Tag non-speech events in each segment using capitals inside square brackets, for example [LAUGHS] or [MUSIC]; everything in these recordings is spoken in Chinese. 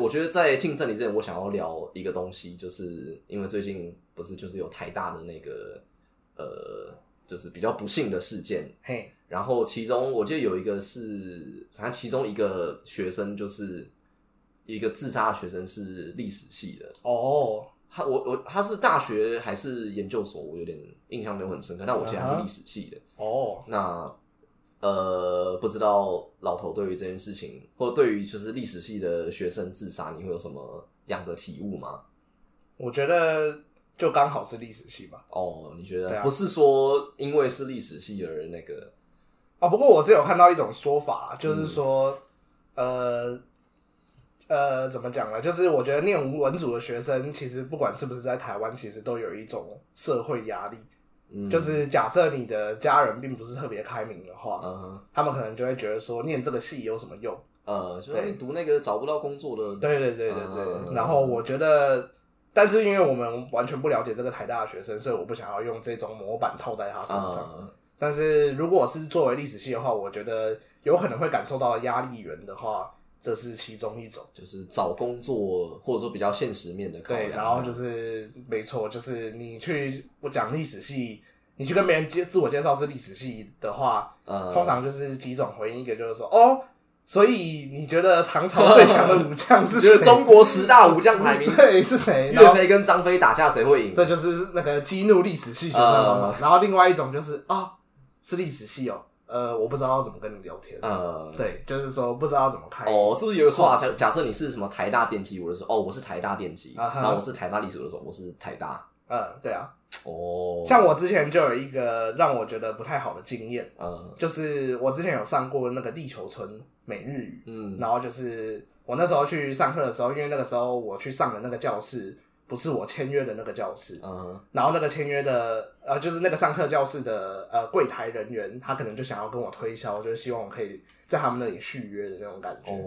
我觉得在进正题之前，我想要聊一个东西，就是因为最近不是就是有台大的那个呃，就是比较不幸的事件，嘿，然后其中我记得有一个是，反正其中一个学生就是一个自杀的学生是历史系的，哦，他我我他是大学还是研究所，我有点印象没有很深刻，但我记得他嗯是哼历史系的。哦，那呃，不知道老头对于这件事情，或对于就是历史系的学生自杀，你会有什么样的体悟吗？我觉得就刚好是历史系吧。哦，你觉对得啊不是说因为是历史系而那个啊，不过我是有看到一种说法啦，嗯就是说，呃，呃，怎么讲呢？就是我觉得念文文组的学生，其实不管是不是在台湾，其实都有一种社会压力。嗯，就是假设你的家人并不是特别开明的话，嗯哼他们可能就会觉得说，念这个系有什么用？呃，就是对你读那个找不到工作的，对对对对对。嗯然后我觉得，但是因为我们完全不了解这个台大的学生，所以我不想要用这种模板套在他身上。啊，但是如果是作为历史系的话，我觉得有可能会感受到压力源的话，这是其中一种。就是找工作或者说比较现实面的考对，量，然后就是没错，就是你去我讲历史系，你去跟别人介自我介绍是历史系的话，呃，通常就是几种回应，一个就是说哦，所以你觉得唐朝最强的武将是 [LAUGHS] 你觉谁？得中国十大武将排名，对是谁？然岳后飞跟张飞打架谁会赢？这就是那个激怒历史系学生的方呃法。然后另外一种就是啊、是历史系哦，呃，我不知道怎么跟你聊天。呃，对，就是说不知道怎么开。哦，是不是有人说啊？假假设你是什么台大电机，我就说哦，我是台大电机；啊哈然后我是台大历史，我就说我是台大。嗯，对啊，哦，像我之前就有一个让我觉得不太好的经验，呃就是我之前有上过那个地球村每日语，嗯然后就是我那时候去上课的时候，因为那个时候我去上的那个教室不是我签约的那个教室，嗯然后那个签约的呃，就是那个上课教室的呃柜台人员，他可能就想要跟我推销，就是希望我可以在他们那里续约的那种感觉。哦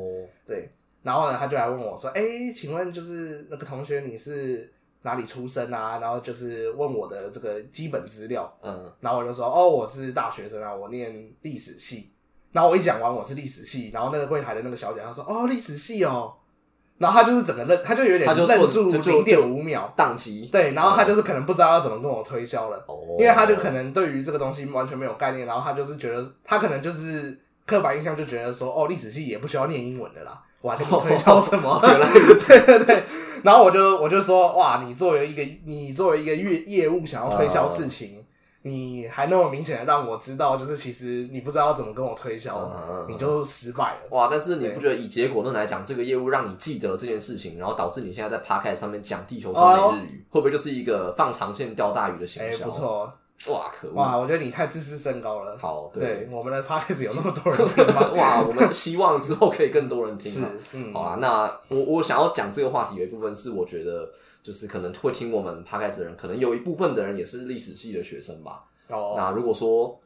对，然后呢，他就来问我说：“哎、请问就是那个同学你是哪里出生啊？”然后就是问我的这个基本资料，嗯然后我就说：“哦，我是大学生啊，我念历史系。”然后我一讲完我是历史系，然后那个柜台的那个小姐她说：“哦，历史系哦。”然后她就是整个愣，她就有点她就愣顿住就就零点就五秒，宕机对，然后她就是可能不知道要怎么跟我推销了。哦，因为他就可能对于这个东西完全没有概念，然后他就是觉得他可能就是刻板印象就觉得说，哦，历史系也不需要念英文的啦，我还跟你推销什 [LAUGHS] 么？ [LAUGHS] 原来对对对。然后我就我就说，哇，你作为一个你作为一个业业务想要推销事情，你还那么明显的让我知道，就是其实你不知道怎么跟我推销，嗯嗯嗯你就失败了。哇！但是你不觉得以结果论来讲，这个业务让你记得这件事情，然后导致你现在在 p o d 上面讲地球村每日语，会不会就是一个放长线钓大鱼的行哦哎、销？不错，哇，可恶！哇，我觉得你太自视甚高了。好，对对，我们的 podcast 有那 [LAUGHS] 么多人听吗？哇，我们希望之后可以更多人听是啊。，嗯好，啊，那我我想要讲这个话题有一部分是我觉得就是可能会听我们 podcast 的人，可能有一部分的人也是历史系的学生吧。哦，那如果说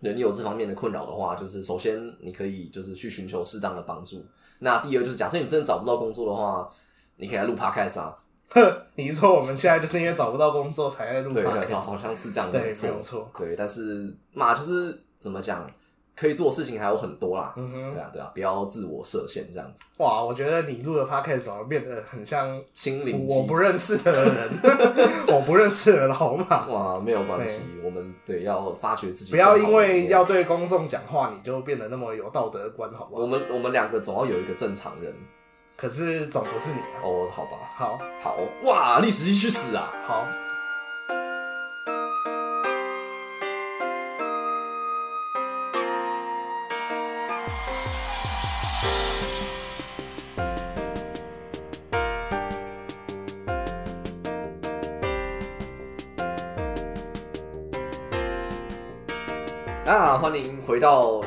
人有这方面的困扰的话，就是首先你可以就是去寻求适当的帮助。那第二就是假设你真的找不到工作的话，你可以来录 podcast 啊， [LAUGHS] 你是说我们现在就是因为找不到工作才在录对，好 podcast？好像是这样对，没没有错，错。对，但是嘛，就是怎么讲，可以做的事情还有很多啦。嗯哼对，啊，对啊，不要自我设限，这样子，哇，我觉得你录的 podcast 怎么变得很像心灵我鸡不认识的人， [LAUGHS] 我不认识的 [LAUGHS] 老马。哇，没有关系，我们对要发掘自己不更好要的一面，因为要对公众讲话，你就变得那么有道德观，好不我好？们我们两个总要有一个正常人可是总不是你啊。哦，好吧，好好哇，历史系去死啊！好，啊，欢迎回到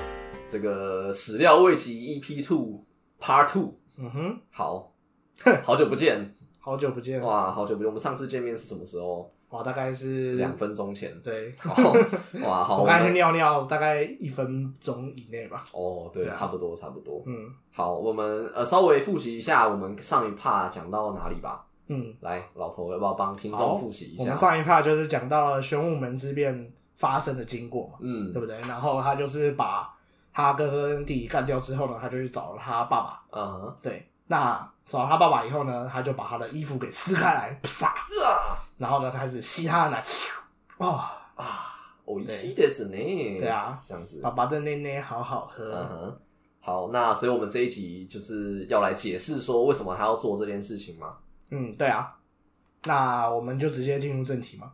这个始料未及 EP Two Part Two，嗯哼，好， [LAUGHS] 好久不见好久不见，哇，哇，好久不见，我们上次见面是什么时候？大概是两分钟前。对。哦哇，好， [LAUGHS] 我刚才去们尿尿，大概一分钟以内吧。哦，对，对啊差不多，差不多。嗯好，我们呃稍微复习一下我们上一趴讲到哪里吧。嗯，来，老头要不要帮听好众复习一我下们？上一趴就是讲到了玄武门之变发生的经过嘛。嗯对不对？然后他就是把他哥哥跟弟弟干掉之后呢，他就去找了他爸爸。嗯对，那找到他爸爸以后呢，他就把他的衣服给撕开来，啪，然后呢开始吸他的奶，哦，啊，我西的是呢，对啊，这样子爸，爸的奶奶好嗯好喝，哼，好，那所以我们这一集就是要来解释说为什么他要做这件事情嘛？嗯，对啊，那我们就直接进入正题嘛。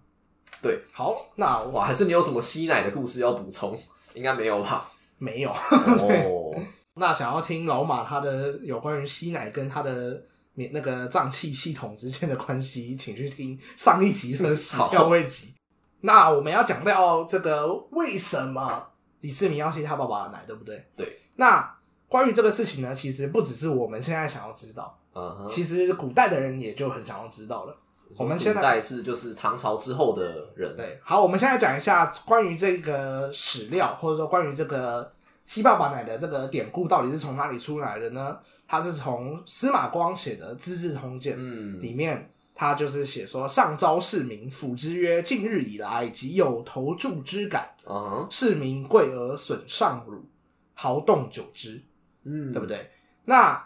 对，好，那我哇，还是你有什么吸奶的故事要补充？ [LAUGHS] 应该没有吧？ [LAUGHS] 没有，哦，那想要听老马他的有关于吸奶跟他的免那个脏器系统之间的关系，请去听上一集的屎跳位集。那我们要讲到这个为什么李世民要吸他爸爸的奶，对不对？对。那关于这个事情呢，其实不只是我们现在想要知道，嗯哼，其实古代的人也就很想要知道了。我们现在古代是就是唐朝之后的人，对，好，我们现在讲一下关于这个史料，或者说关于这个西爸爸奶的这个典故到底是从哪里出来的呢？它是从司马光写的《资治通鉴》嗯，里面，他就是写说：“上昭市民抚之曰：近日以来，即有投注之感，嗯哼，市民贵而损上乳，豪动久之。”嗯对不？对？那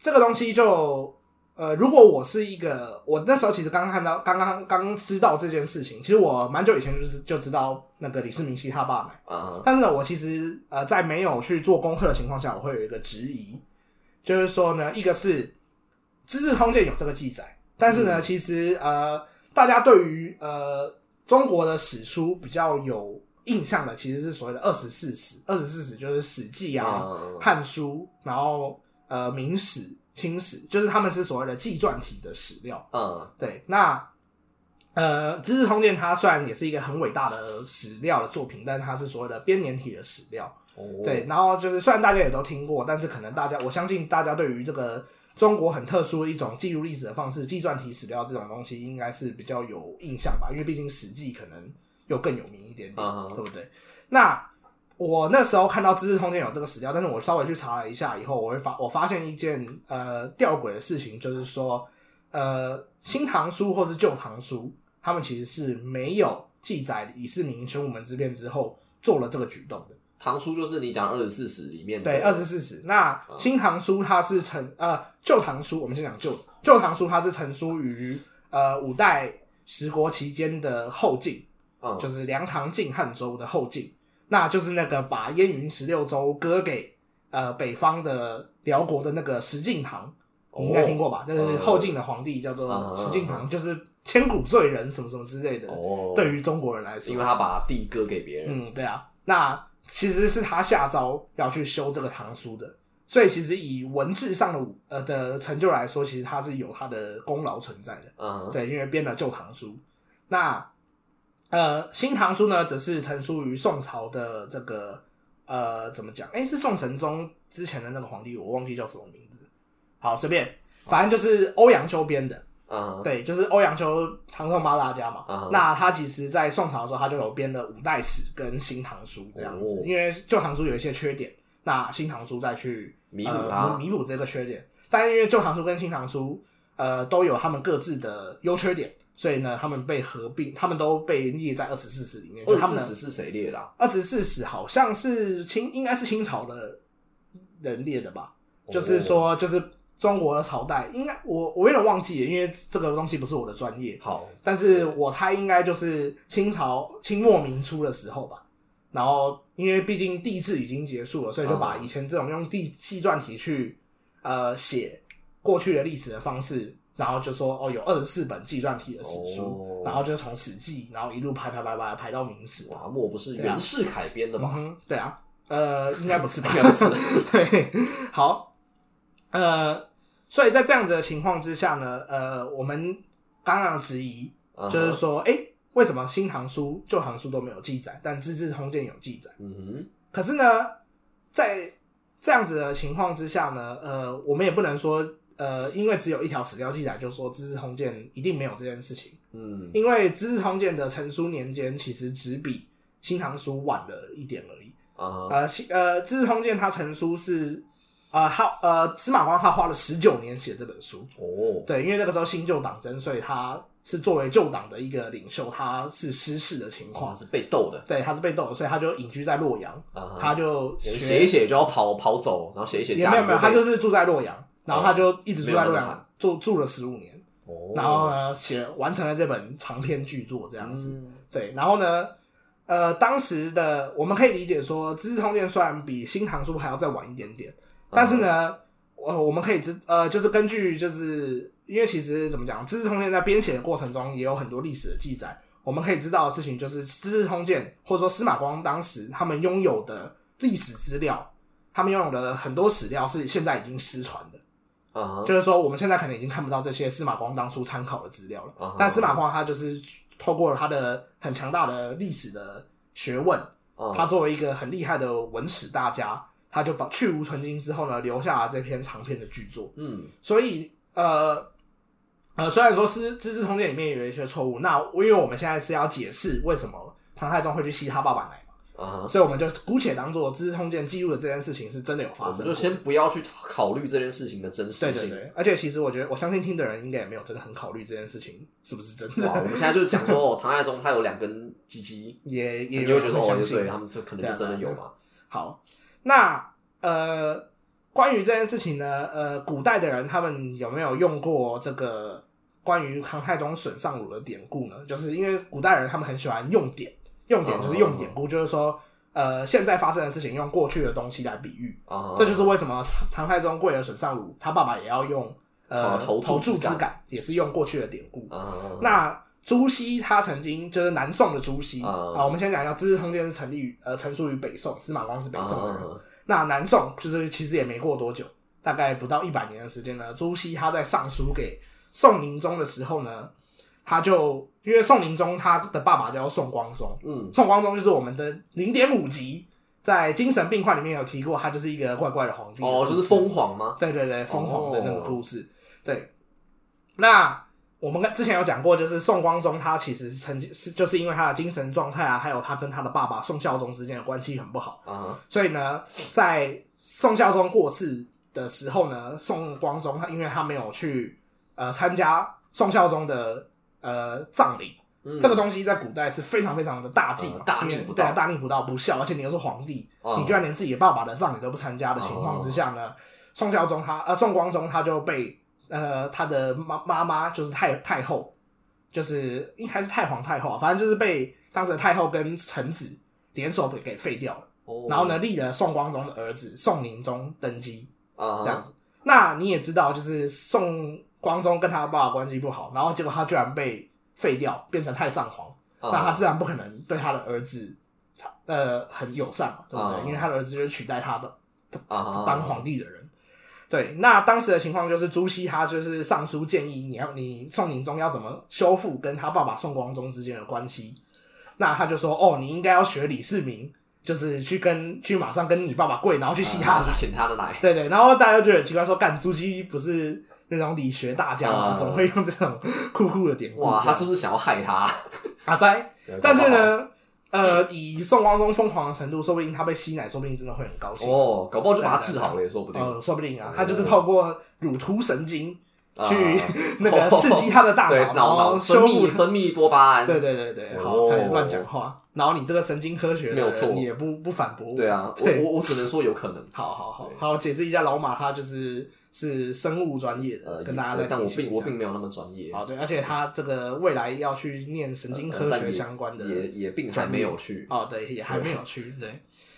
这个东西就呃，如果我是一个，我那时候其实刚看到，刚刚刚知道这件事情，其实我蛮久以前就是就知道那个李世民吸他爸奶，啊但是呢，我其实呃在没有去做功课的情况下，我会有一个质疑，就是说呢，一个是《资治通鉴》有这个记载，但是呢，嗯其实呃大家对于呃中国的史书比较有印象的，其实是所谓的二十四史，二十四史就是《史记》啊。嗯汉书，然后呃明史、清史，就是他们是所谓的纪传体的史料。嗯对，那呃《资治通鉴》它虽然也是一个很伟大的史料的作品，但它是所谓的编年体的史料。哦对，然后就是虽然大家也都听过，但是可能大家我相信大家对于这个中国很特殊的一种记录历史的方式，纪传体史料这种东西应该是比较有印象吧，因为毕竟《史记》可能又更有名一点点，嗯哼对不对？那我那时候看到《资治通鉴》有这个史料，但是我稍微去查了一下以后，我会发我发现一件呃吊诡的事情，就是说呃新唐书或是旧唐书，他们其实是没有记载李世民玄武门之变之后做了这个举动的。唐书就是你讲二十四史里面的对，二十四史。那嗯新唐书它是成呃旧唐书，我们先讲旧的旧唐书，它是成书于呃五代十国期间的后晋，嗯就是梁唐晋汉周的后晋，那就是那个把燕云十六州割给呃北方的辽国的那个石敬瑭，你应该听过吧？就哦嗯是后晋的皇帝叫做石敬瑭，就是千古罪人什么什么之类的。哦，对，于中国人来说，因为他把地割给别人，嗯，对啊，那其实是他下招要去修这个唐书的，所以其实以文字上的呃的成就来说，其实他是有他的功劳存在的。嗯哼，对，因为编了旧唐书，那呃新唐书呢，则是成书于宋朝的这个呃怎么讲？哎，是宋神宗之前的那个皇帝，我忘记叫什么名字。好，随便，反正就是欧阳修编的。嗯哼，对，就是欧阳修唐宋八大家嘛。嗯哼那他其实，在宋朝的时候，他就有编了五代史跟新唐书这样子，哦因为旧唐书有一些缺点，那新唐书再去弥补呃它弥补这个缺点。但因为旧唐书跟新唐书，呃，都有他们各自的优缺点，所以呢，他们被合并，他们都被列在二十四史里面。就他二们十四的史是谁列的啊？二十四史好像是清，应该是清朝的人列的吧？哦就是说，就是中国的朝代，应该我我有点忘记了，因为这个东西不是我的专业哦，好，但是我猜应该就是清朝清末民初的时候吧。然后，因为毕竟地质已经结束了，所以就把嗯以前这种用地纪传体去呃写过去的历史的方式，然后就说哦，有二十四本纪传体的史书哦，然后就从《史记》，然后一路排排排排排到明史嘛。哇，莫不是对啊袁世凯编的啊嗯吗？哼，对啊，呃，应该不 [LAUGHS] 是吧？应该不是对，好，呃，所以在这样子的情况之下呢，呃，我们刚刚质疑嗯哼就是说，哎、为什么新唐书、旧唐书都没有记载，但《资治通鉴》有记载？嗯可是呢，在这样子的情况之下呢，呃，我们也不能说，呃，因为只有一条史料记载，就说《资治通鉴》一定没有这件事情，哼，嗯，因为《资治通鉴》的成书年间其实只比新唐书晚了一点而已。啊哈，呃，西呃，《资治通鉴》它成书是，呃，他呃司马光他花了十九年写这本书，哦，对，因为那个时候新旧党争，所以他是作为旧党的一个领袖，他是失势的情哇，况，是被斗的，对，他是被斗的，所以他就隐居在洛阳，啊哈，他就有人学写一写就要跑跑走，然后写一写也家没里有没有，他被就是住在洛阳，然后他就一直住在哦没有洛那么阳惨，住住了十五年，哦，然后呢写完成了这本长篇巨作这这样子。对，然后呢，呃，当时的我们可以理解说，《资治通鉴》虽然比《新唐书》还要再晚一点点，但是呢，呃，我们可以知呃，就是根据就是因为其实怎么讲，《资治通鉴》在编写的过程中也有很多历史的记载，我们可以知道的事情就是，《资治通鉴》或者说司马光当时他们拥有的历史资料，他们拥有的很多史料是现在已经失传的。啊哈，就是说我们现在可能已经看不到这些司马光当初参考的资料了。啊哈但司马光他就是透过他的很强大的历史的学问，啊他作为一个很厉害的文史大家，他就把去无存菁之后呢，留下了这篇长篇的巨作。嗯所以呃呃，虽然说《资资治通鉴》里面有一些错误，那因为我们现在是要解释为什么唐太宗会去吸他爸爸奶嘛，啊哈，所以我们就姑且当做《资治通鉴》记录的这件事情是真的有发我生们过。就先不要去考虑这件事情的真对实对性。对，而且其实我觉得，我相信听的人应该也没有真的很考虑这件事情是不是真哇，我们的，现在就是讲说，哦，唐太宗他有两根鸡鸡， [LAUGHS] 也也你有会觉人会得哦，相信啊对，。他们这可能就真的有嘛？好，那呃，关于这件事情呢，呃，古代的人他们有没有用过这个关于唐太宗损上乳的典故呢？就是因为古代人他们很喜欢用典，用典就是用典嗯故，就是说呃，现在发生的事情用过去的东西来比喻，啊哈，这就是为什么唐唐太宗为了损上乳，他爸爸也要用。呃，啊投注注之之感也是用过去的典故，啊哈，那朱熹他曾经就是南宋的朱熹啊啊，我们先讲一下《资治通鉴》是成立于呃成书于北宋，司马光是北啊宋的人。哈那南宋就是其实也没过多久，大概不到一百年的时间呢，朱熹他在上书给宋宁宗的时候呢，他就因为宋宁宗他的爸爸叫宋光宗，嗯宋光宗就是我们的零点五级，在精神病患里面有提过，他就是一个怪怪的皇帝哦，就是疯狂吗？对对对，疯狂的那个哦故事。对，那我们之前有讲过，就是宋光宗他其实是曾经是就是因为他的精神状态啊，还有他跟他的爸爸宋孝宗之间的关系很不好，啊哈所以呢，在宋孝宗过世的时候呢，宋光宗他因为他没有去呃参加宋孝宗的呃葬礼，嗯这个东西在古代是非常非常的大忌嘛，呃大逆因为不道对啊大逆不道不孝，而且你又是皇帝，啊你居然连自己的爸爸的葬礼都不参加的情况之下呢，宋孝宗他呃宋光宗他就被呃他的妈妈妈就是太太后，就是应该是太皇太后啊，反正就是被当时的太后跟臣子联手给给废掉了，哦然后呢立了宋光宗的儿子宋宁宗登基，啊哈这样子。那你也知道，就是宋光宗跟他爸爸关系不好，然后结果他居然被废掉，变成太上皇，啊那他自然不可能对他的儿子，他呃很友善嘛，对不对？啊因为他的儿子就是取代他的啊当皇帝的人。对，那当时的情况就是朱熹他就是上书建议你要你宋宁宗要怎么修复跟他爸爸宋光宗之间的关系，那他就说哦，你应该要学李世民，就是去跟去马上跟你爸爸跪，然后去吸他的啊去请他的奶 [LAUGHS] 对对，然后大家就觉得很奇怪说，干朱熹不是那种理学大家吗？啊总会用这种酷酷的典故。哇，他是不是想要害他？阿斋，但是，呢，呃，以宋光宗疯狂的程度，说不定他被吸奶，说不定真的会很高兴。哦，搞不好就把他治好了也说不定。呃，说不定啊，他就是透过乳突神经呃去、啊 [LAUGHS] 那个刺激他的大 [LAUGHS] 对脑，然脑后脑分修复泌。分泌多巴胺，对对对对，好，哦开始乱讲话。然后你这个神经科学的没有错人也不不反驳我。对啊，我对我我只能说有可能。好好好对好，解释一下老马他就是是生物专业的，呃，跟大家对再但我提醒一并下我并没有那么专业，呃哦，对，而且他这个未来要去念神经科呃但学也相关的，也也并还没有去。哦，对，也还没有去，对，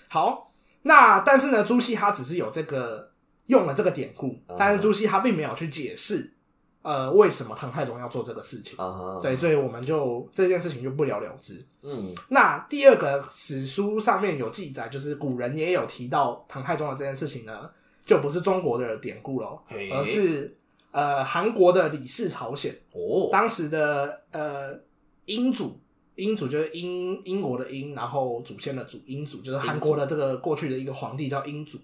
好，那但是呢，朱熹他只是有这个用了这个典故，但是朱熹他并没有去解释，呃，为什么唐太宗要做这个事情，啊哈，，对，所以我们就这件事情就不了了之。嗯那第二个史书上面有记载，就是古人也有提到唐太宗的这件事情呢，就不是中国的典故喽嘿，而是呃韩国的李氏朝鲜。哦，当时的呃英主，英主就是英英国的英，然后祖先的祖，英主就是韩国的这个过去的一个皇帝叫英主。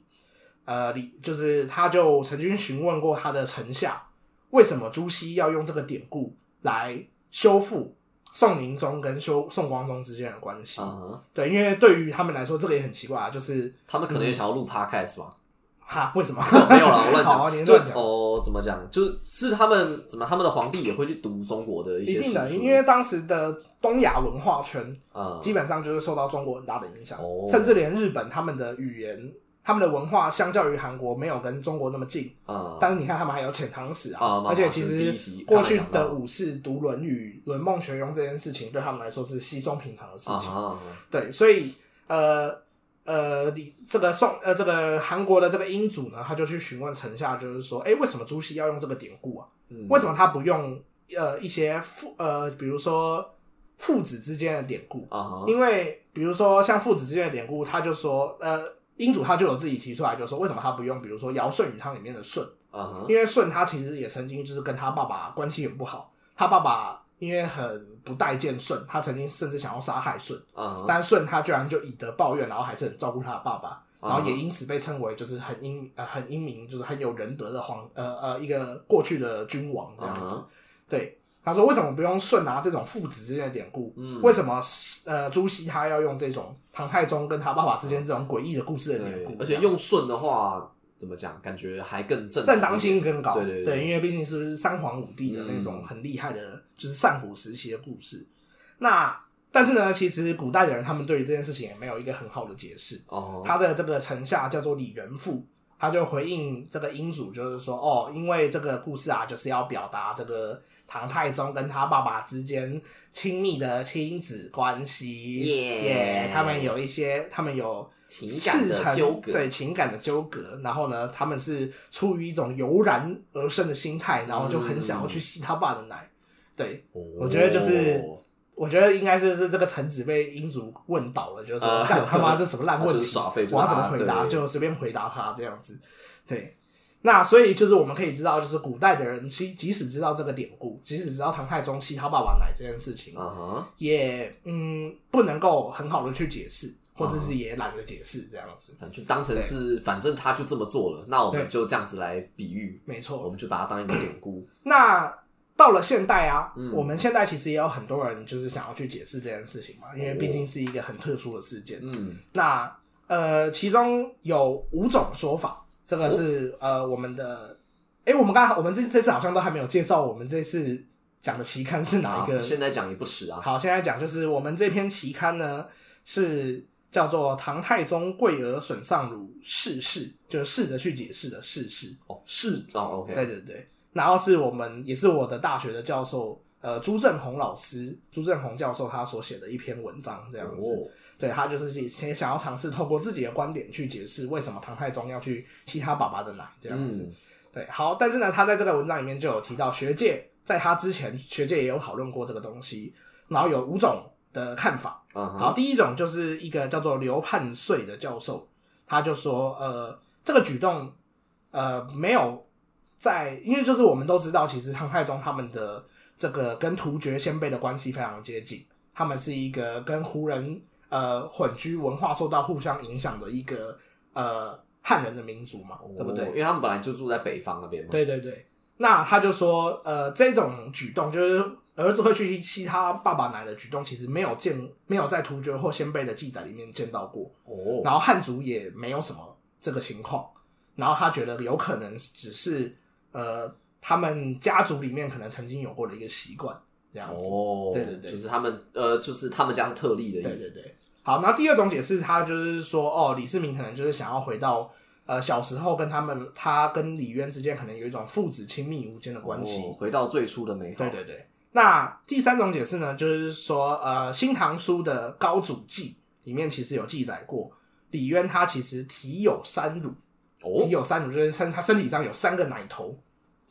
呃，李就是他就曾经询问过他的臣下，为什么朱熹要用这个典故来修复宋宁宗跟修宋光宗之间的关系？啊哈，对，因为对于他们来说，这个也很奇怪啊，就是他们可能也想要录 podcast 吧？哈，为什么？ [LAUGHS] 哦没有啦，我乱 [LAUGHS] 好啊你讲。就乱讲哦，怎么讲？就是是他们怎么他们的皇帝也会去读中国的一一些定史的，书，因为当时的东亚文化圈啊基本上就是受到中国很大的影响，哦甚至连日本他们的语言、他们的文化相较于韩国没有跟中国那么近，啊但是你看他们还有遣唐使啊，啊而且嘛其是第一实集过去刚才讲的到武士读《论语》《论孟学庸》这件事情，对他们来说是稀松平常的事啊情。哈，对，所以呃呃，李这个宋呃这个韩国的这个英主呢，他就去询问臣下，就是说，哎，为什么朱熹要用这个典故啊？嗯为什么他不用呃一些父呃，比如说父子之间的典故？啊哈因为比如说像父子之间的典故，他就说呃。英主他就有自己提出来，就说为什么他不用，比如说《尧舜禹汤》里面的舜，啊哈因为舜他其实也曾经就是跟他爸爸关系很不好，他爸爸因为很不待见舜，他曾经甚至想要杀害舜，啊哈但舜他居然就以德报怨，然后还是很照顾他的爸爸，然啊后也因此被称为就是很英呃很英明，就是很有仁德的皇呃呃一个过去的君王这样子。嗯哼对，他说为什么不用舜啊这种父子之间的典故？嗯为什么呃朱熹他要用这种唐太宗跟他爸爸之间这种诡异的故事的典故对，？而且用顺的话，怎么讲？感觉还更正正当当一性点更高，对对对因为毕竟是三皇五帝的那种嗯很厉害的，就是上古时期的故事。那但是呢，其实古代的人他们对于这件事情也没有一个很好的解释。哦，他的这个臣下叫做李仁富，他就回应这个英主，就是说，哦，因为这个故事啊，就是要表达这个唐太宗跟他爸爸之间亲密的亲子关系，耶耶他们有一些，他们有情感的赤诚纠葛对情感的纠葛，然后呢，他们是出于一种油然而生的心态，然后就很想嗯要去吸他爸的奶，对，我我觉得就是哦我觉得应该是是这个臣子被英主问倒了，就是说呃干、他妈这什么 [LAUGHS] 烂问就题，是耍废就是我要怎么他回答对就随便回答他这样子。对，那所以就是我们可以知道，就是古代的人即即使知道这个典故，即使知道唐太宗吸他爸爸奶这件事情，啊哈，也嗯不能够很好的去解释，啊或者是也懒得解释这样子。就当成是反正他就这么做了，那我对们就这样子来比喻，没错，我们就把它当一个典故。那到了现代啊，嗯我们现在其实也有很多人就是想要去解释这件事情嘛，因为毕竟是一个很特殊的事件。嗯，那呃，其中有五种说法，这个是、呃我们的，哎、我们刚才我们这这次好像都还没有介绍我们这次讲的期刊是哪好 [COUGHS] 一个。现在讲也不迟啊。好，现在讲就是我们这篇期刊呢是叫做《唐太宗贵儿损上儒世事》，就是试着去解释的世事。哦，是哦，OK，对对对，然后是我们也是我的大学的教授，呃，朱正宏老师，朱正宏教授他所写的一篇文章这样子。哦，对他就是也想要尝试透过自己的观点去解释为什么唐太宗要去吸他爸爸的奶这样子。嗯对，好，但是呢，他在这个文章里面就有提到，学界在他之前，学界也有讨论过这个东西，然后有五种的看法。啊好，哈，第一种就是一个叫做刘盼穗的教授，他就说，呃，这个举动，呃，没有在，因为就是我们都知道，其实唐太宗他们的这个跟突厥鲜卑的关系非常接近，他们是一个跟胡人呃混居文化受到互相影响的一个呃汉人的民族嘛，对不对哦？因为他们本来就住在北方那边嘛。对对对，那他就说，呃，这种举动就是儿子会去吸他爸爸奶的举动，其实没有见没有在突厥或鲜卑的记载里面见到过，哦，然后汉族也没有什么这个情况，然后他觉得有可能只是呃他们家族里面可能曾经有过的一个习惯这样子。哦，对对对就是他们呃，就是他们家是特例的对意对思。对，好，那第二种解释，他就是说，哦，李世民可能就是想要回到呃小时候跟他们他跟李渊之间可能有一种父子亲密无间的关系。哦回到最初的美好。对对对。那第三种解释呢，就是说，呃，《新唐书》的《高祖记》里面其实有记载过，李渊他其实体有三乳，体哦，有三乳就是身他身体上有三个奶头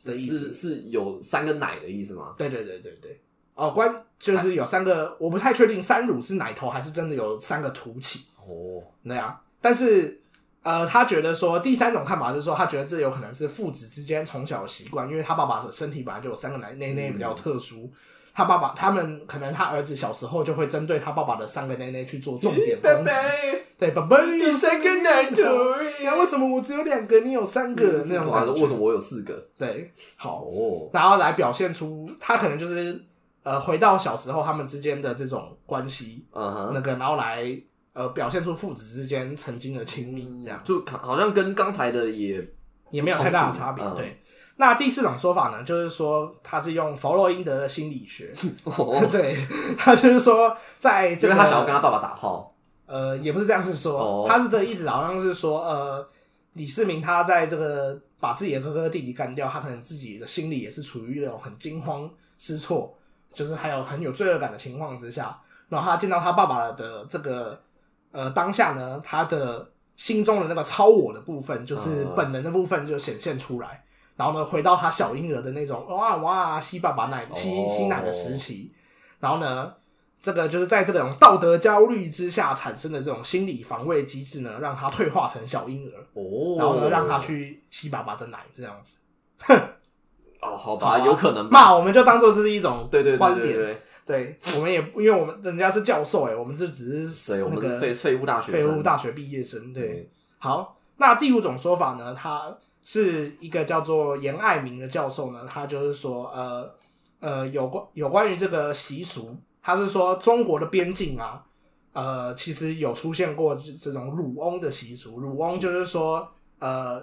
的意是思。是有三个奶的意思吗？对对对对对。哦，关就是有三个，我不太确定三乳是奶头还是真的有三个凸起哦，那样，但是。呃，他觉得说第三种看法就是说，他觉得这有可能是父子之间从小的习惯，因为他爸爸的身体本来就有三个奶，内内比较特殊，他爸爸他们可能他儿子小时候就会针对他爸爸的三个内内去做重点攻击，对，爸爸你有三个奶嗯头，那为什么我只有两个，你有三个那种哇感为什觉？么我有四个？对，好，哦，然后来表现出他可能就是呃回到小时候他们之间的这种关系，嗯哼，那个然后来呃表现出父子之间曾经的亲密，嗯这样就好像跟刚才的也也没有太大的差别，嗯对。那第四种说法呢，就是说他是用弗洛伊德的心理学，哦， [LAUGHS] 对他就是说在 [LAUGHS] 这因个为他想要跟他爸爸打炮。呃，也不是这样子说，哦他是的意思好像是说，呃，李世民他在这个把自己的哥哥弟弟干掉，他可能自己的心里也是处于一种很惊慌失措，就是还有很有罪恶感的情况之下，然后他见到他爸爸的这个呃当下呢，他的心中的那个超我的部分，就是嗯本能的部分就显现出来，然后呢，回到他小婴儿的那种哇哇吸爸爸奶哦吸吸奶的时期，然后呢，这个就是在这种道德焦虑之下产生的这种心理防卫机制呢，让他退化成小婴儿，哦，然后呢，让他去吸爸爸的奶这样子。哦，好好吧，啊有可能吧，那我们就当做这是一种对对对观对点，对对对我们也不因为我们人家是教授哎、我们这只是对，我那们个是废废物大学废生，物大学毕业生。嗯对，好，那第五种说法呢，它是一个叫做严爱民的教授呢，他就是说，呃呃，有关有关于这个习俗，他是说中国的边境啊，呃，其实有出现过这这种乳翁的习俗，乳翁就是说，呃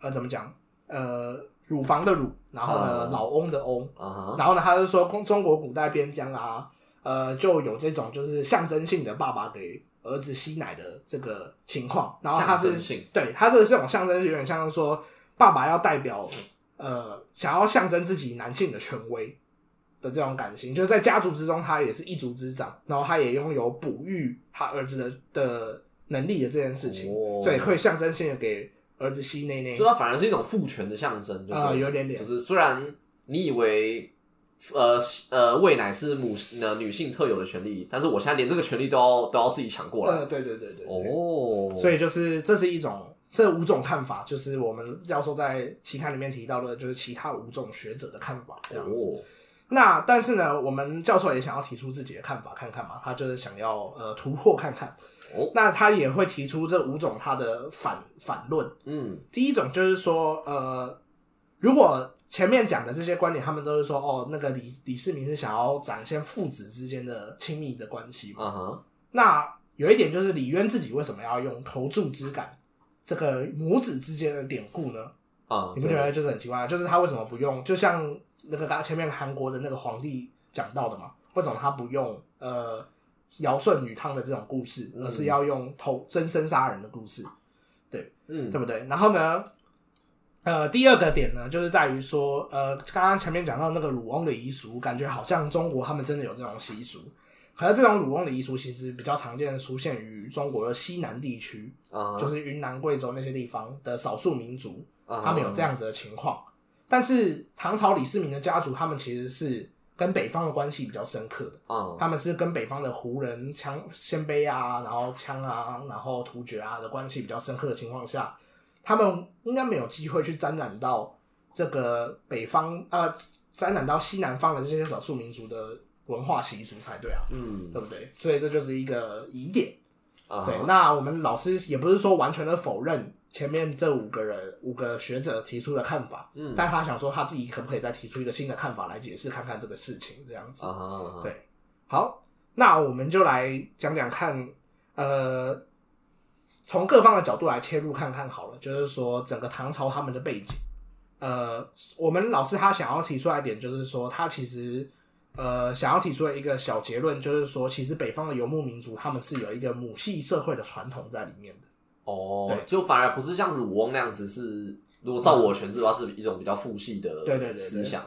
呃，怎么讲，呃，乳房的乳，然后呢，嗯老翁的翁。啊哈，然后呢，他就说中中国古代边疆啊，呃，就有这种就是象征性的爸爸给儿子吸奶的这个情况。然后他象是征性对他这这种象征，有点像是说爸爸要代表呃，想要象征自己男性的权威的这种感情，就是在家族之中，他也是一族之长，然后他也拥有哺育他儿子的的能力的这件事情，哦所以会象征性的给儿子吸内内所以。它反而是一种父权的象征，就啊、对了有点脸就，是虽然你以为呃呃喂奶是母呃女性特有的权利，但是我现在连这个权利都要都要自己抢过来。呃，对对对对对哦，所以以就是这是一种这五种看法，就是我们教授在期刊里面提到的，就是其他五种学者的看法这样子。哦，那但是呢，我们教授也想要提出自己的看法看看嘛，他就是想要呃突破看看。哦那他也会提出这五种他的反反论。嗯，第一种就是说，呃，如果前面讲的这些观点，他们都是说，哦，那个李李世民是想要展现父子之间的亲密的关系嘛。啊哈，那有一点就是李渊自己为什么要用投注之感这个母子之间的典故呢？啊，你不觉得就是很奇怪吗？就是他为什么不用？就像那个刚前面韩国的那个皇帝讲到的嘛，为什么他不用呃尧舜禹汤的这种故事，嗯而是要用投真身杀人的故事，嗯对不对？然后呢？呃，第二个点呢，就是在于说，呃，刚刚前面讲到那个鲁翁的遗俗，感觉好像中国他们真的有这种习俗，可是这种鲁翁的遗俗其实比较常见地出现于中国的西南地区，啊，就是云南、贵州那些地方的少数民族，他他们有这样子的情况。但是唐朝李世民的家族，他们其实是跟北方的关系比较深刻的，啊，他们是跟北方的胡人、羌、鲜卑啊，然后羌啊，然后突厥啊的关系比较深刻的情况下，他们应该没有机会去沾染到这个北方呃，沾染到西南方的这些少数民族的文化习俗才对啊，嗯对不对？所以这就是一个疑点。啊哈，对，那我们老师也不是说完全的否认前面这五个人五个学者提出的看法，嗯但他想说他自己可不可以再提出一个新的看法来解释看看这个事情这样子。啊哈啊哈，对好，那我们就来讲讲看，呃，从各方的角度来切入看看好了，就是说整个唐朝他们的背景。呃，我们老师他想要提出来一点，就是说他其实呃想要提出的一个小结论，就是说其实北方的游牧民族他们是有一个母系社会的传统在里面的。哦对，就反而不是像乳翁那样子是。如果照我全知的话，是一种比较父系的对对对对思想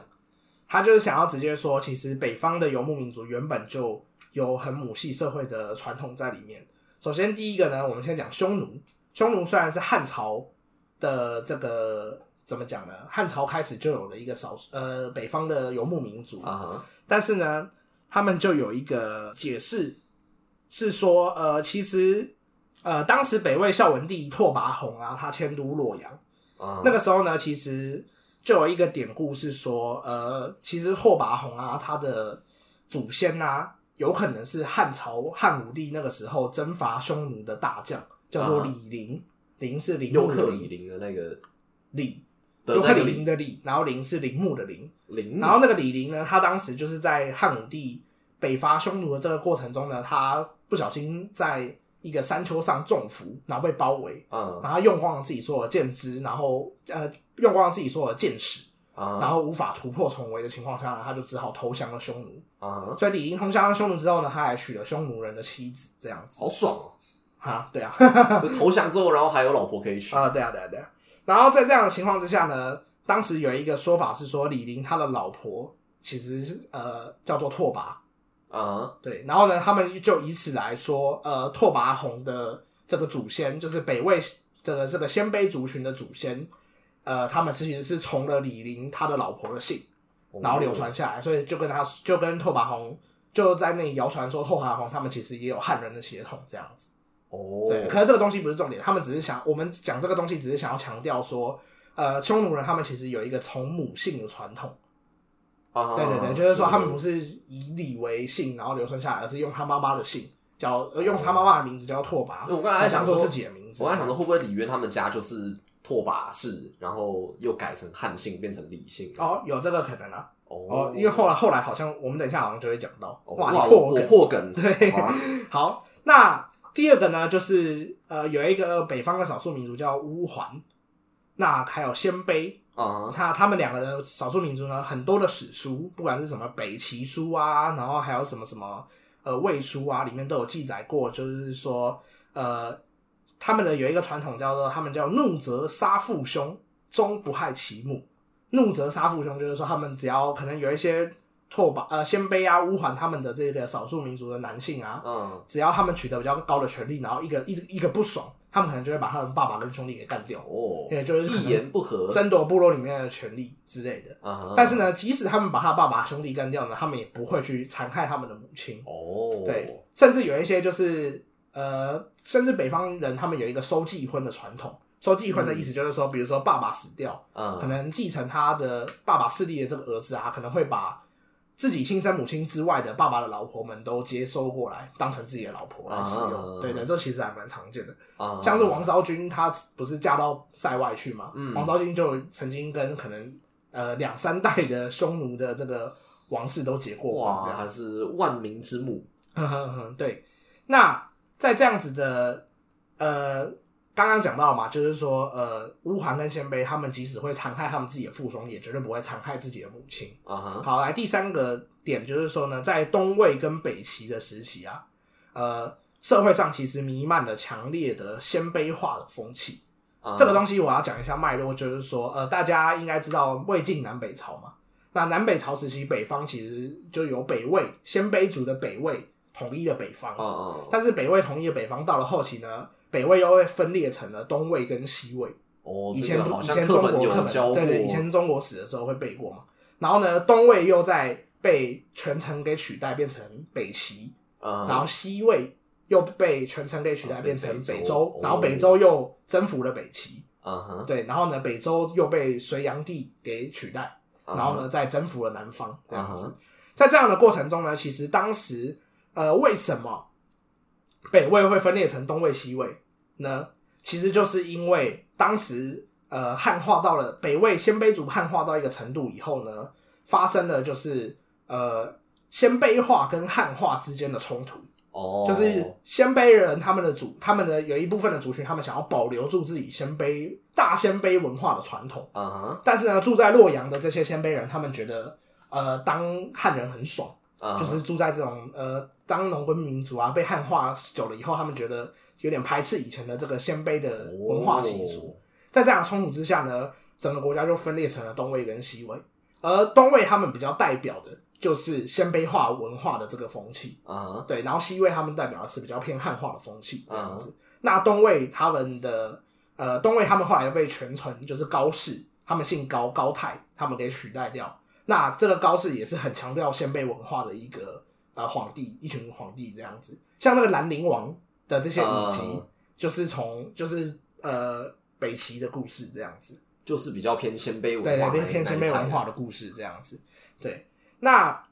他就是想要直接说，其实北方的游牧民族原本就有很母系社会的传统在里面。首先第一个呢，我们先讲匈奴。匈奴虽然是汉朝的这个怎么讲呢？汉朝开始就有了一个少数呃北方的游牧民族啊哈，但是呢，他们就有一个解释，是说，呃，其实，呃，当时北魏孝文帝拓跋宏啊，他迁都洛阳，啊那个时候呢，其实就有一个典故是说，呃，其实拓跋宏啊，他的祖先啊，有可能是汉朝汉武帝那个时候征伐匈奴的大将，叫做啊李陵，陵是陵尤墓克的里陵，林的那个李的尤克那个里陵的李，然后陵是陵墓的陵，林，然后那个李陵呢，他当时就是在汉武帝北伐匈奴的这个过程中呢，他不小心在一个山丘上中伏，然后被包围，啊然后用光了自己所有的剑枝，然后呃用光了自己所有的剑矢，啊，然后无法突破重围的情况下呢，他就只好投降了匈奴。啊，所以李陵投降了匈奴之后呢，他还娶了匈奴人的妻子，这样子。好爽哦！哈，对啊， [LAUGHS] 就投降之后，然后还有老婆可以娶。啊、对啊，对啊，对啊。然后在这样的情况之下呢，当时有一个说法是说，李陵他的老婆其实是呃叫做拓跋，啊，对，然后呢，他们就以此来说，呃，拓跋宏的这个祖先，就是北魏这个这个鲜卑族群的祖先，呃，他们其实是从了李陵他的老婆的姓，然后流传下来，所以就跟他就跟拓跋宏就在那里谣传说，拓跋宏他们其实也有汉人的血统这样子。哦，对，可是这个东西不是重点，他们只是想，我们讲这个东西只是想要强调说，呃，匈奴人他们其实有一个从母姓的传统，啊，对对对，就是说他们不是是以李为姓，然后流传下来，而是用他妈妈的姓叫，呃用他妈妈的名字叫拓跋。哦嗯我刚才在想说做自己的名字，我还想说，会不会李渊他们家就是拓跋氏，然后又改成汉姓变成李姓？哦，有这个可能啊，哦哦，因为后来后来好像我们等一下好像就会讲到，哦哇，你我破我我梗，破梗，对好啊好，那第二个呢，就是呃，有一个北方的少数民族叫乌桓，那还有鲜卑，啊，他他们两个的少数民族呢，很多的史书，不管是什么北齐书啊，然后还有什么什么呃魏书啊，里面都有记载过，就是说呃，他们的有一个传统叫做他们叫怒责杀父兄，终不害其母。怒责杀父兄就是说，他们只要可能有一些拓跋呃鲜卑啊、乌桓他们的这个少数民族的男性啊， [LAUGHS] 嗯，只要他们取得比较高的权利，然后一个一一个不爽，他们可能就会把他们爸爸跟兄弟给干掉。哦，对，就是可能一言不合，争夺部落里面的权利之类的。啊，但是，呢，即使他们把他爸爸兄弟干掉呢，他们也不会去残害他们的母亲。哦，对，甚至有一些就是呃，甚至北方人他们有一个收继婚的传统。收继婚的意思就是说，比如说爸爸死掉，可嗯，能继承他的爸爸势力的这个儿子啊，可能会把自己亲生母亲之外的爸爸的老婆们都接收过来，当成自己的老婆来使用。啊对对，这其实还蛮常见的。啊，像是王昭君，她不是嫁到塞外去嘛？嗯王昭君就曾经跟可能呃两三代的匈奴的这个王室都结过婚，哇，这样还是万民之母，呵呵呵。 [LAUGHS] 对，那在这样子的呃，刚刚讲到嘛，就是说呃，乌桓跟鲜卑他们即使会残害他们自己的父兄，也绝对不会残害自己的母亲。啊哈，好，来第三个点就是说呢，在东魏跟北齐的时期啊，呃，社会上其实弥漫了强烈的鲜卑化的风气。啊这个东西我要讲一下脉络，就是说，呃，大家应该知道魏晋南北朝嘛。那南北朝时期，北方其实就有北魏鲜卑族的北魏统一的北方，啊啊，但是北魏统一的北方到了后期呢，北魏又会分裂成了东魏跟西魏。哦，以这前个不好以像前课中本国课有教本过，对对，以前中国史的时候会背过嘛。然后呢，东魏又在被全城给取代，变成北齐。啊，然后西魏又被全城给取代，啊变成被北北周周，然后哦北周又征服了北齐，啊哈，对，然后呢，北周又被隋炀帝给取代，啊哈然后呢，再征服了南方，这样啊子哈。在这样的过程中呢，其实当时呃，为什么北魏会分裂成东魏、西魏呢？其实就是因为当时呃汉化到了北魏鲜卑族汉化到一个程度以后呢，发生了就是呃鲜卑化跟汉化之间的冲突。哦，就是鲜卑人他们的族，他们的有一部分的族群，他们想要保留住自己鲜卑大鲜卑文化的传统。啊哈但是呢，住在洛阳的这些鲜卑人，他们觉得呃，当汉人很爽，啊哈，就是住在这种呃，当农耕民族啊，被汉化久了以后，他们觉得有点排斥以前的这个鲜卑的哦文化习俗。在这样的冲突之下呢，整个国家就分裂成了东魏跟西魏，而东魏他们比较代表的就是鲜卑化文化的这个风气。哦啊对，然后西魏他们代表的是比较偏汉化的风气这样子。那东魏他们的呃，东魏他们后来又被全城就是高氏，他们姓高高泰，他们给取代掉。那这个高氏也是很强调鲜卑文化的一个呃皇帝，一群皇帝这样子。像那个兰陵王的这些遗迹，嗯就是从就是呃北齐的故事这样子。就是比较偏鲜卑文对化对，那一，偏偏鲜卑那一派文化的故事这样子。对，那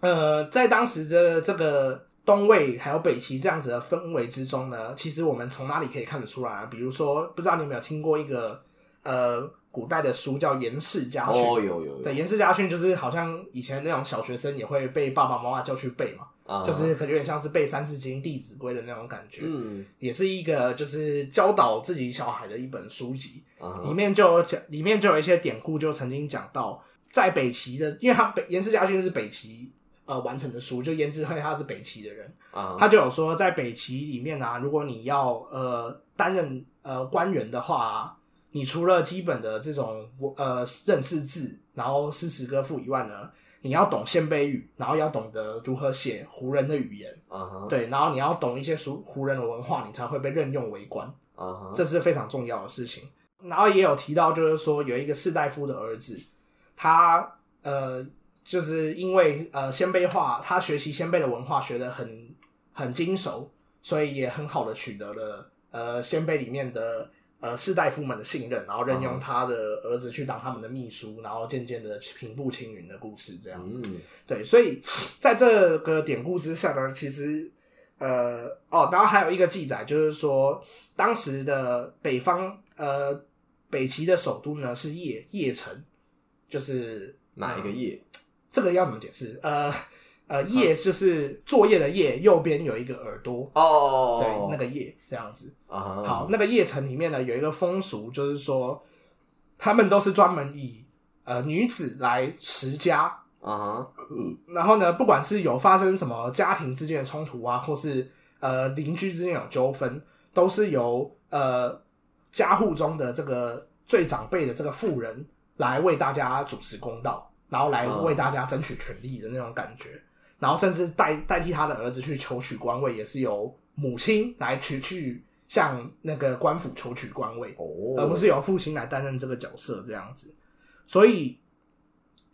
呃，在当时的这个东魏还有北齐这样子的氛围之中呢，其实我们从哪里可以看得出来、啊？比如说，不知道你有没有听过一个呃古代的书叫《颜氏家训》哦，有有有，对，《颜氏家训》就是好像以前那种小学生也会被爸爸妈妈叫去背嘛，啊就是可能有点像是背《三字经》《弟子规》的那种感觉，嗯也是一个就是教导自己小孩的一本书籍。啊哈里面就有讲，里面就有一些典故，就曾经讲到，在北齐的，因为他北颜氏家训是北齐呃完成的书，就颜值会他是北齐的人，啊，他就有说在北齐里面啊，如果你要呃担任呃官员的话、啊，你除了基本的这种呃认识字，然后诗词歌赋以外呢，你要懂鲜卑语，然后要懂得如何写胡人的语言，啊哈，对，然后你要懂一些熟胡人的文化，你才会被任用为官。啊哈，这是非常重要的事情。然后也有提到，就是说有一个士大夫的儿子，他呃，就是因为呃鲜卑化，他学习鲜卑的文化学得很很精熟，所以也很好的取得了呃鲜卑里面的呃士大夫们的信任，然后任用他的儿子去当他们的秘书，然后渐渐的平步青云的故事这样子。嗯，对，所以在这个典故之下呢，其实呃哦，然后还有一个记载，就是说当时的北方呃北齐的首都呢是邺邺城，就是哪一个呃叶？这个要怎么解释？呃呃，邺就是作业的邺，右边有一个耳朵，哦哦，对，哦那个邺这样子。啊哈，好，那个夜城里面呢有一个风俗，就是说他们都是专门以呃女子来持家，啊哈，然后呢，不管是有发生什么家庭之间的冲突啊，或是呃邻居之间有纠纷，都是由呃家户中的这个最长辈的这个妇人来为大家主持公道，然后来为大家争取权利的那种感觉，然后甚至代代替他的儿子去求取官位，也是由母亲来去去向那个官府求取官位。哦，而不是由父亲来担任这个角色这样子。所以，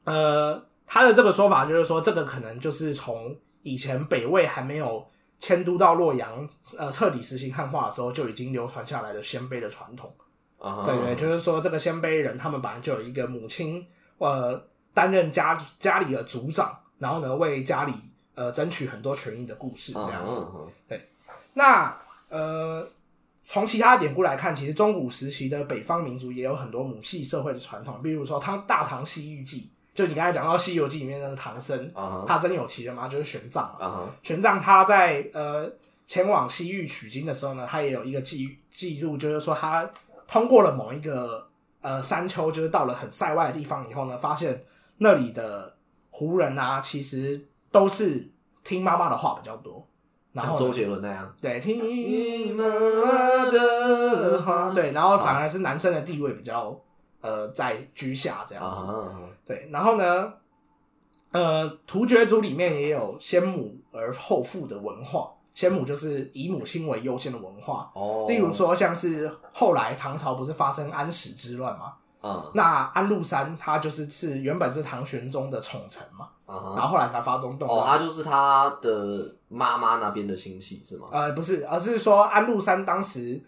呃，他的这个说法就是说，这个可能就是从以前北魏还没有迁都到洛阳，呃，彻底实行汉化的时候就已经流传下来的鲜卑的传统。啊哈，对对，就是说这个鲜卑人他们本来就有一个母亲，呃，担任家家里的族长，然后呢为家里呃争取很多权益的故事这样子。啊哈那呃，从其他典故来看，其实中古时期的北方民族也有很多母系社会的传统，比如说《唐大唐西域记》，就你刚才讲到《西游记》里面那个唐僧，啊哈，他真有其人吗？就是玄奘嘛。啊哈，玄奘他在呃前往西域取经的时候呢，他也有一个记记录，就是说他通过了某一个呃山丘，就是到了很塞外的地方以后呢，发现那里的胡人啊，其实都是听妈妈的话比较多。然像后呢周杰伦那样，对，听妈妈妈妈的的话，话对，然后反而是男生的地位比较呃在居下这啊样子，哈，对，然后呢，呃，突厥族里面也有先母而后父的文化，先母就是以母亲为优先的文化，哦，例如说像是后来唐朝不是发生安史之乱嘛，啊那安禄山他就是是原本是唐玄宗的宠臣嘛，啊然哈，后后来才发动动哦，乱。他就是他的妈妈那边的亲戚是吗？呃，不是，而是说安禄山当时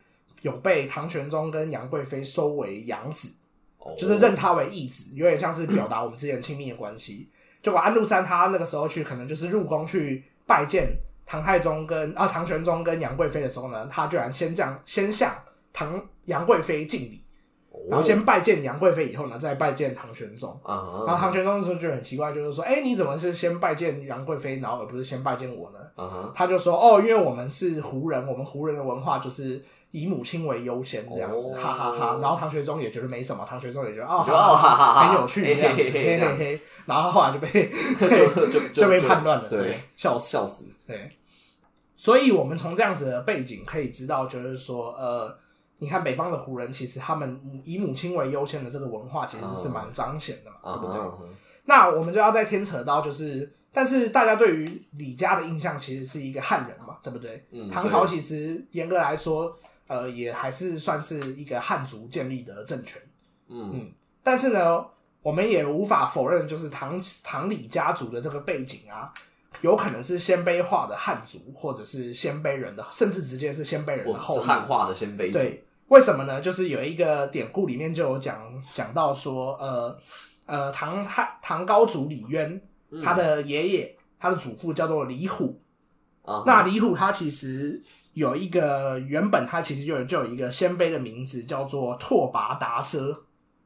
有被唐玄宗跟杨贵妃收为养子，哦就是认他为义子，有点像是表达我们之间亲密的关系。结果安禄山他那个时候去，可能就是入宫去拜见唐太宗跟啊唐玄宗跟杨贵妃的时候呢，他居然先向先向唐杨贵妃敬礼，哦然后先拜见杨贵妃以后呢，再拜见唐玄宗。啊然后哈唐玄宗的时候就很奇怪，就是说，哎、你怎么是先拜见杨贵妃，然后而不是先拜见我呢？啊哈，他就说哦，因为我们是胡人，我们胡人的文化就是以母亲为优先这样子，哦哈哈哈然后唐玄宗也觉得没什么，唐玄宗也觉得哦，我觉得哦哈哈哈很有趣嘿这样子，嘿嘿嘿嘿嘿。然后后来就被 [LAUGHS] 就就 [LAUGHS] 就被叛乱了，对对，，笑死。笑死，对，所以我们从这样子的背景可以知道，就是说，呃，你看北方的胡人，其实他们以母亲为优先的这个文化，其实是蛮彰显的嘛，啊对不对？哈，那我们就要再牵扯到，就是，但是大家对于李家的印象其实是一个汉人嘛，对不对？嗯唐朝其实严格来说，呃，也还是算是一个汉族建立的政权。嗯但是呢，我们也无法否认，就是唐唐李家族的这个背景啊，有可能是鲜卑化的汉族，或者是鲜卑人的，甚至直接是鲜卑人或的后者是裔汉化的鲜卑族对，为什么呢？就是有一个典故里面就有讲讲到说，呃呃，唐汉唐高祖李渊，嗯他的爷爷，他的祖父叫做李虎。啊哈，那李虎他其实有一个原本他其实就有就有一个鲜卑的名字叫做拓跋达奢，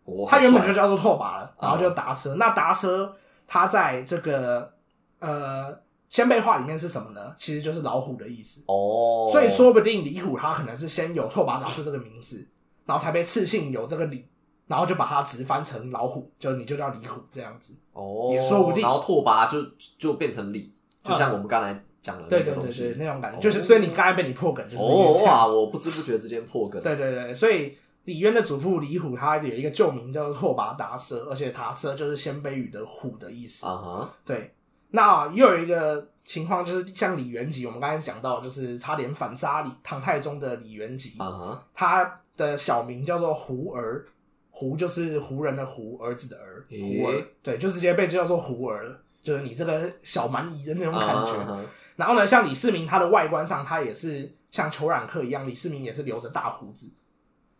我他好原本帅就叫做拓跋了，哦然后就达奢。那达奢他在这个呃鲜卑话里面是什么呢？其实就是老虎的意思。哦，所以说不定李虎他可能是先有拓跋达氏这个名字，然后才被赐姓有这个李，然后就把它直翻成老虎，就你就叫李虎这样子。哦，也说不定然后拓跋就就变成李，就像嗯我们刚才讲的对呃那对个东对对西，。那种感觉哦就是，所以你刚才被你破梗就是因哦为这哇，样子。我不知不觉之间破梗。对对对，所以李渊的祖父李虎，他有一个旧名叫做拓跋达奢，而且达奢就是鲜卑语的虎的意思。啊哈，对，那又有一个情况就是，像李元吉，我们刚才讲到，就是差点反杀李唐太宗的李元吉，啊哈，他的小名叫做胡儿，胡就是胡人的胡，儿子的儿，诶胡儿，对，就直接被叫做胡儿了，就是你这个小蛮夷的那种感觉。啊哈然后呢，像李世民，他的外观上，他也是像裘冉客一样，李世民也是留着大胡子。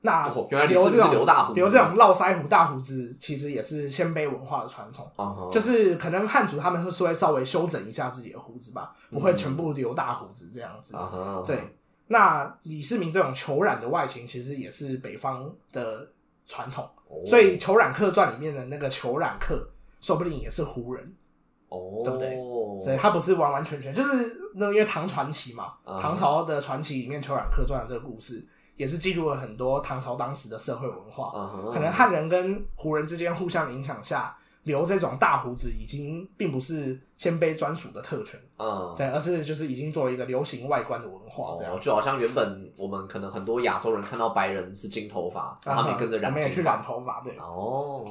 那哦原来李世啊留民这种是留大胡子留这种络腮胡、大胡子，其实也是鲜卑文化的传统。啊哈，就是可能汉族他们是会稍微修整一下自己的胡子吧，不会全部留大胡子这样子。啊哈，啊哈对，那李世民这种裘染的外形，其实也是北方的传统，哦所以《裘染客传》里面的那个裘染客，说不定也是胡人。哦，对不对对，对？他不是完完全全，就是那因为唐传奇嘛，啊唐朝的传奇里面《裘染客传》的这个故事，也是记录了很多唐朝当时的社会文化。啊哈，可能汉人跟胡人之间互相影响下，留这种大胡子已经并不是鲜卑专属的特权，啊。对，而是就是已经作为一个流行外观的文化这样哦，。就好像原本我们可能很多亚洲人看到白人是金头发，啊他们也跟着染我们也去金染发。头发，对，哦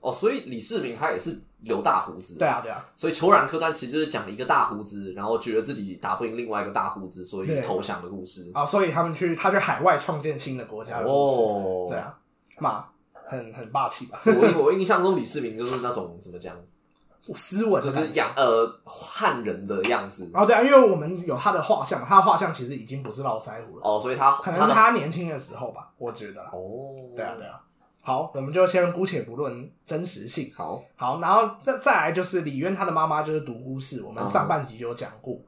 哦，所以李世民他也是留大胡子。对啊，对啊，所以裘冉客传其实就是讲一个大胡子，然后觉得自己打不赢另外一个大胡子，所以对投降的故事。啊，所以他们去，他去海外创建新的国家的故事，哦，对啊，嘛，很很霸气吧，我我印象中李世民就是那种怎么讲，斯文就的是感觉。亚呃汉人的样子哦，对啊，因为我们有他的画像，他的画像其实已经不是络腮胡了，哦，所以他可能是他他年轻的时候吧，我觉得啦的。哦，对啊，对啊。好，我们就先姑且不论真实性，好好，然后再再来就是李渊他的妈妈就是独孤氏，我们上半集就有讲过。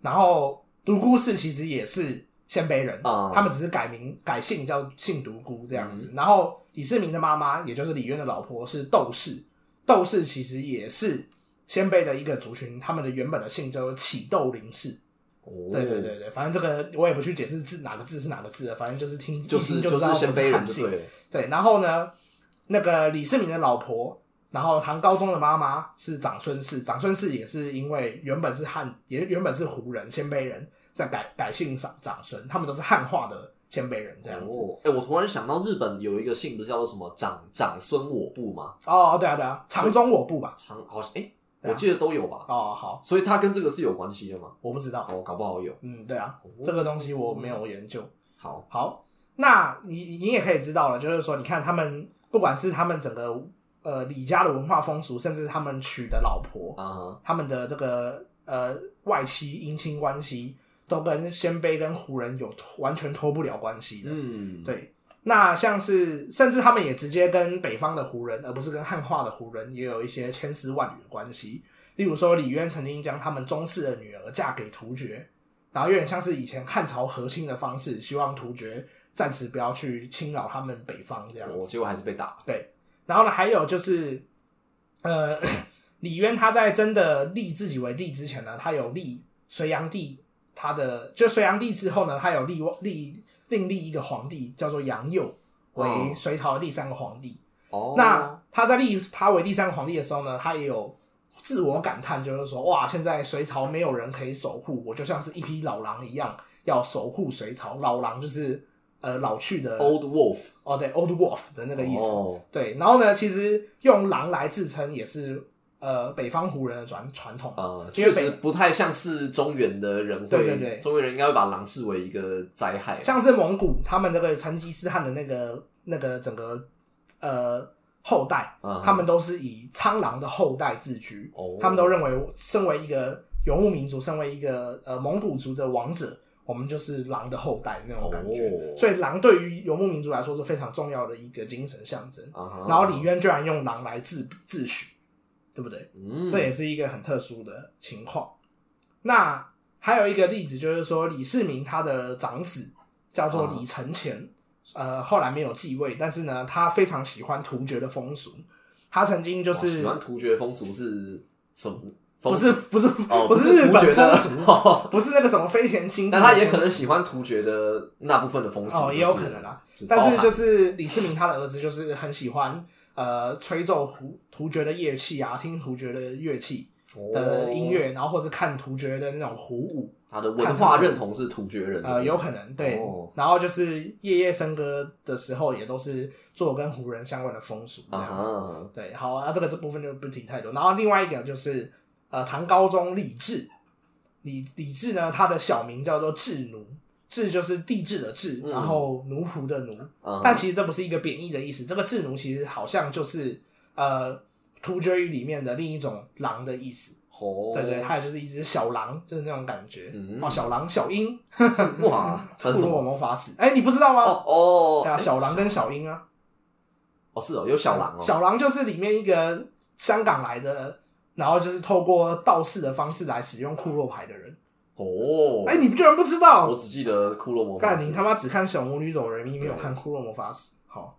然后独孤氏其实也是鲜卑人，嗯他们只是改名改姓叫姓独孤这样子。然后李世民的妈妈，也就是李渊的老婆是窦氏，窦氏其实也是鲜卑的一个族群，他们的原本的姓叫做启窦林氏。哦，对对对对，反正这个我也不去解释字哪个字是哪个字了，反正就是听就一听是就就知道是不鲜卑人汉就姓对了，对，然后呢，那个李世民的老婆，然后唐高宗的妈妈是长孙氏，长孙氏也是因为原本是汉，也原本是胡人、鲜卑人，在改改姓长长孙，他们都是汉化的鲜卑人这样子。哦，哎，我突然想到日本有一个姓不是叫做什么长长孙我部吗？哦，对啊，对啊，长宗我部吧。长好像哎，对啊我记得都有吧，哦，好，所以他跟这个是有关系的嘛？我不知道。哦，搞不好有。嗯，对啊，这个东西我没有研究。好，好，那你你也可以知道了，就是说，你看他们，不管是他们整个呃李家的文化风俗，甚至他们娶的老婆，啊哈，他们的这个呃外戚姻亲关系都跟鲜卑跟胡人有完全脱不了关系的。嗯，，对，那像是甚至他们也直接跟北方的胡人，呃而不是跟汉化的胡人，也有一些千丝万缕的关系。例如说，李渊曾经将他们宗室的女儿嫁给突厥，然后有点像是以前汉朝和亲的方式，希望突厥暂时不要去侵扰他们北方这样子我。结果还是被打了。然后呢，还有就是，呃， [CLEARS THROAT] 李渊他在真的立自己为帝之前呢，他有立隋炀帝，他的就隋炀帝之后呢，他有立立另立一个皇帝叫做杨佑为哦隋朝的第三个皇帝。哦，那他在立他为第三个皇帝的时候呢，他也有自我感叹，就是说，哇，现在隋朝没有人可以守护，我就像是一匹老狼一样要守护隋朝。老狼就是呃老去的 Old Wolf 哦，对，old wolf 的那那个意思。哦对，然后呢，其实用狼来自称也是呃北方胡人的传传统。呃，因为确北实不太像是中原的人会，对对对中原人应该会把狼视为一个灾害吧，啊像是蒙古，他们那个成吉思汗的那个那个整个呃后代，嗯他们都是以苍狼的后代自居，哦他们都认为身为一个游牧民族，身为一个呃蒙古族的王者，我们就是狼的后代那种感觉。哦所以狼对于游牧民族来说是非常重要的一个精神象征。啊哈，然后李渊居然用狼来自自诩，对不对？嗯，这也是一个很特殊的情况。那还有一个例子就是说，李世民他的长子叫做李承嗯乾，呃，后来没有继位，但是呢，他非常喜欢突厥的风俗。他曾经就哇喜是欢突厥风俗是什么？风不俗是不是哦，不是日突厥本风的俗， [LAUGHS] 哦 [LAUGHS] 不是那个什么飞田新地但的风俗，他也可能喜欢突厥的那部分的风俗，哦，也有可能啊。啊。包但含是就是李世民他的儿子就是很喜欢呃吹奏胡突厥的乐器啊，听突厥的乐器的音乐，然后或是看突厥的那种胡哦舞，他的文化认同是突厥人的呃，有可能对。哦然后就是夜夜笙歌的时候，也都是做跟胡人相关的风俗这啊样子。哈，对，好啊，这个部分就不提太多。然后另外一个就是呃，唐高宗李治，李李治呢，他的小名叫做智奴，智就是地质的智，嗯然后奴仆的奴。嗯但其实这不是一个贬义的意思，这个智奴其实好像就是呃突厥语里面的另一种狼的意思。哦，对对，它也就是一只小狼，就是那种感觉。嗯哦，小狼、小鹰，哇，他是库什洛么？魔法使。哎，你不知道吗？哦哦，对啊，小狼跟小鹰啊。哦是哦，有小狼哦，小狼就是里面一个香港来的，然后就是透过道士的方式来使用库洛牌的人。哦，哎、你居然不知我道？只记得骷髅魔法干师你他妈只看小魔女斗人咪，没有看库洛魔法使。好，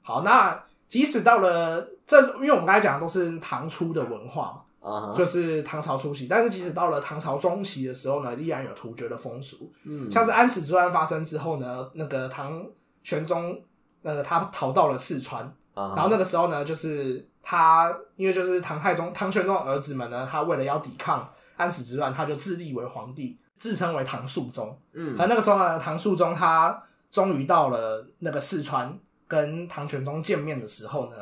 好，那即使到了这，因为我们刚才讲的都是唐初的文化嘛，啊哈，就是唐朝初期，但是即使到了唐朝中期的时候呢，依然有突厥的风俗。嗯像是安史之乱发生之后呢，那个唐玄宗，那个他逃到了四川，啊哈，然后那个时候呢，就是他因为就是唐太宗、唐玄宗的儿子们呢，他为了要抵抗安史之乱，他就自立为皇帝，自称为唐肃宗。嗯而那个时候呢，唐肃宗他终于到了那个四川，跟唐玄宗见面的时候呢，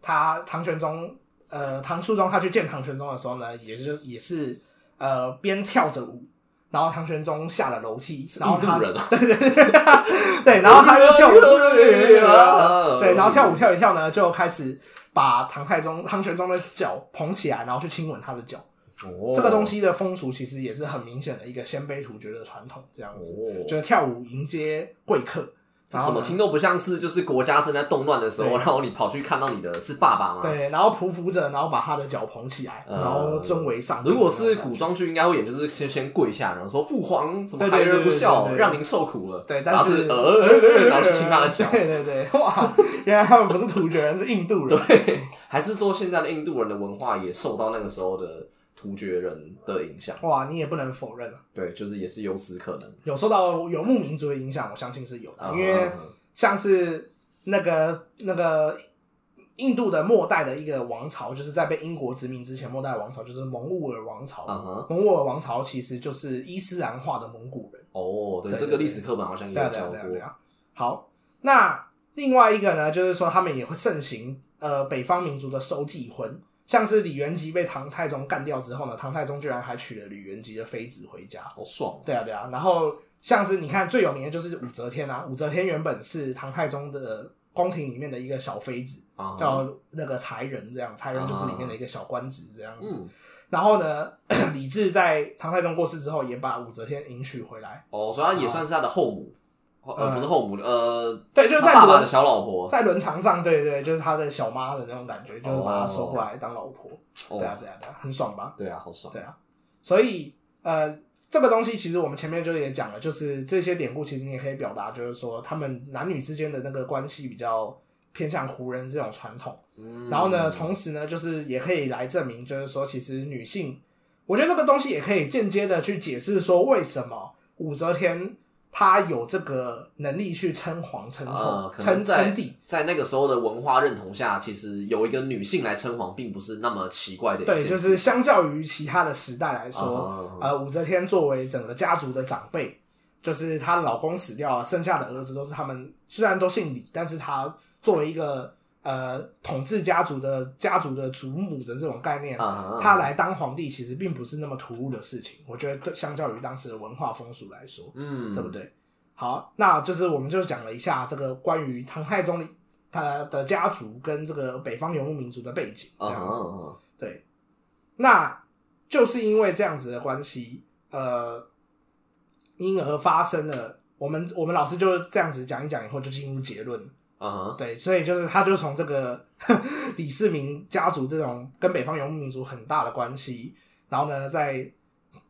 他唐玄宗呃唐肃宗他去见唐玄宗的时候呢，也是也是呃边跳着舞。然后唐玄宗下了楼梯，然后印他度人哦对，然后他又跳舞，啊对，然后跳舞跳一跳呢，就开始把唐太宗、唐玄宗的脚捧起来，然后去亲吻他的脚。哦这个东西的风俗其实也是很明显的一个鲜卑突厥的传统，这样子，哦就是跳舞迎接贵客。然这怎后么呢听都不像是就是国家正在动乱的时候，对然后你跑去看到你的是爸爸吗？。对，然后匍匐着，然后把他的脚捧起来，呃然后尊为上宾。如果是古，装剧，应该会演就是先先跪下，然后说父皇什么对对孩对儿不对孝对，对让您受苦了。对，然但后是呃呃呃 [LAUGHS]。呃，然后去亲他的脚对对对，哇，原来他们不是突厥人，是印度人。对，还是说现在的印度人的文化也受到那个时候的突厥人的影响？哇，你也不能否认啊，对，就是也是有此可能。有受到游牧民族的影响，我相信是有的，嗯因为像是那个那个印度的末代的一个王朝，就是在被英国殖民之前，末代王朝就是蒙兀儿王朝。嗯哼，蒙兀儿王朝其实就是伊斯兰化的蒙古人。哦，对，对这对个对历史课本好像也对啊，有对啊，教对啊，过对。啊。好，那另外一个呢，就是说他们也会盛行呃北方民族的收继婚。像是李元吉被唐太宗干掉之后呢，唐太宗居然还娶了李元吉的妃子回家。好爽对啊，对啊。然后像是你看最有名的就是武则天啊，武则天原本是唐太宗的宫廷里面的一个小妃子，啊！叫那个才人，这样才人就是里面的一个小官职这样子。嗯，然后呢， [CLEARS THROAT] 李治在唐太宗过世之后，也把武则天迎娶回来。哦，所以他也算是他的后母，呃，嗯不是后母，呃，对，就是他在爸爸伦的小老婆。在伦常上，对对，就是他的小妈的那种感觉，就是把她收过来当老婆。对啊，哦，对啊，对啊，很爽吧？对啊，好爽。对啊，所以呃，这个东西其实我们前面就也讲了，就是这些典故，其实你也可以表达，就是说他们男女之间的那个关系比较偏向胡人这种传统。嗯然后呢，同时呢，就是也可以来证明，就是说其实女性，我觉得这个东西也可以间接的去解释说为什么武则天。她有这个能力去称皇、称呃后、可能称在称帝，在那个时候的文化认同下，其实有一个女性来称皇，并不是那么奇怪的一件对，事。就是相较于其他的时代来啊说，呃，武则天作为整个家族的长辈，就是她的老公死掉了，剩下的儿子都是他们，虽然都姓李，但是她作为一个呃统治家族的家族的祖母的这种概念，啊呃她来当皇帝其实并不是那么突兀的事情。我觉得对，相较于当时的文化风俗来说，嗯，对不？对？好，那就是我们就讲了一下这个关于唐太宗他的家族跟这个北方游牧民族的背景这啊样子。哈，对，那就是因为这样子的关系，呃，因而发生了。我们我们老师就这样子讲一讲，以后就进入结论了。啊哈，对，所以就是他就从这个李世民家族这种跟北方游牧民族很大的关系，然后呢，再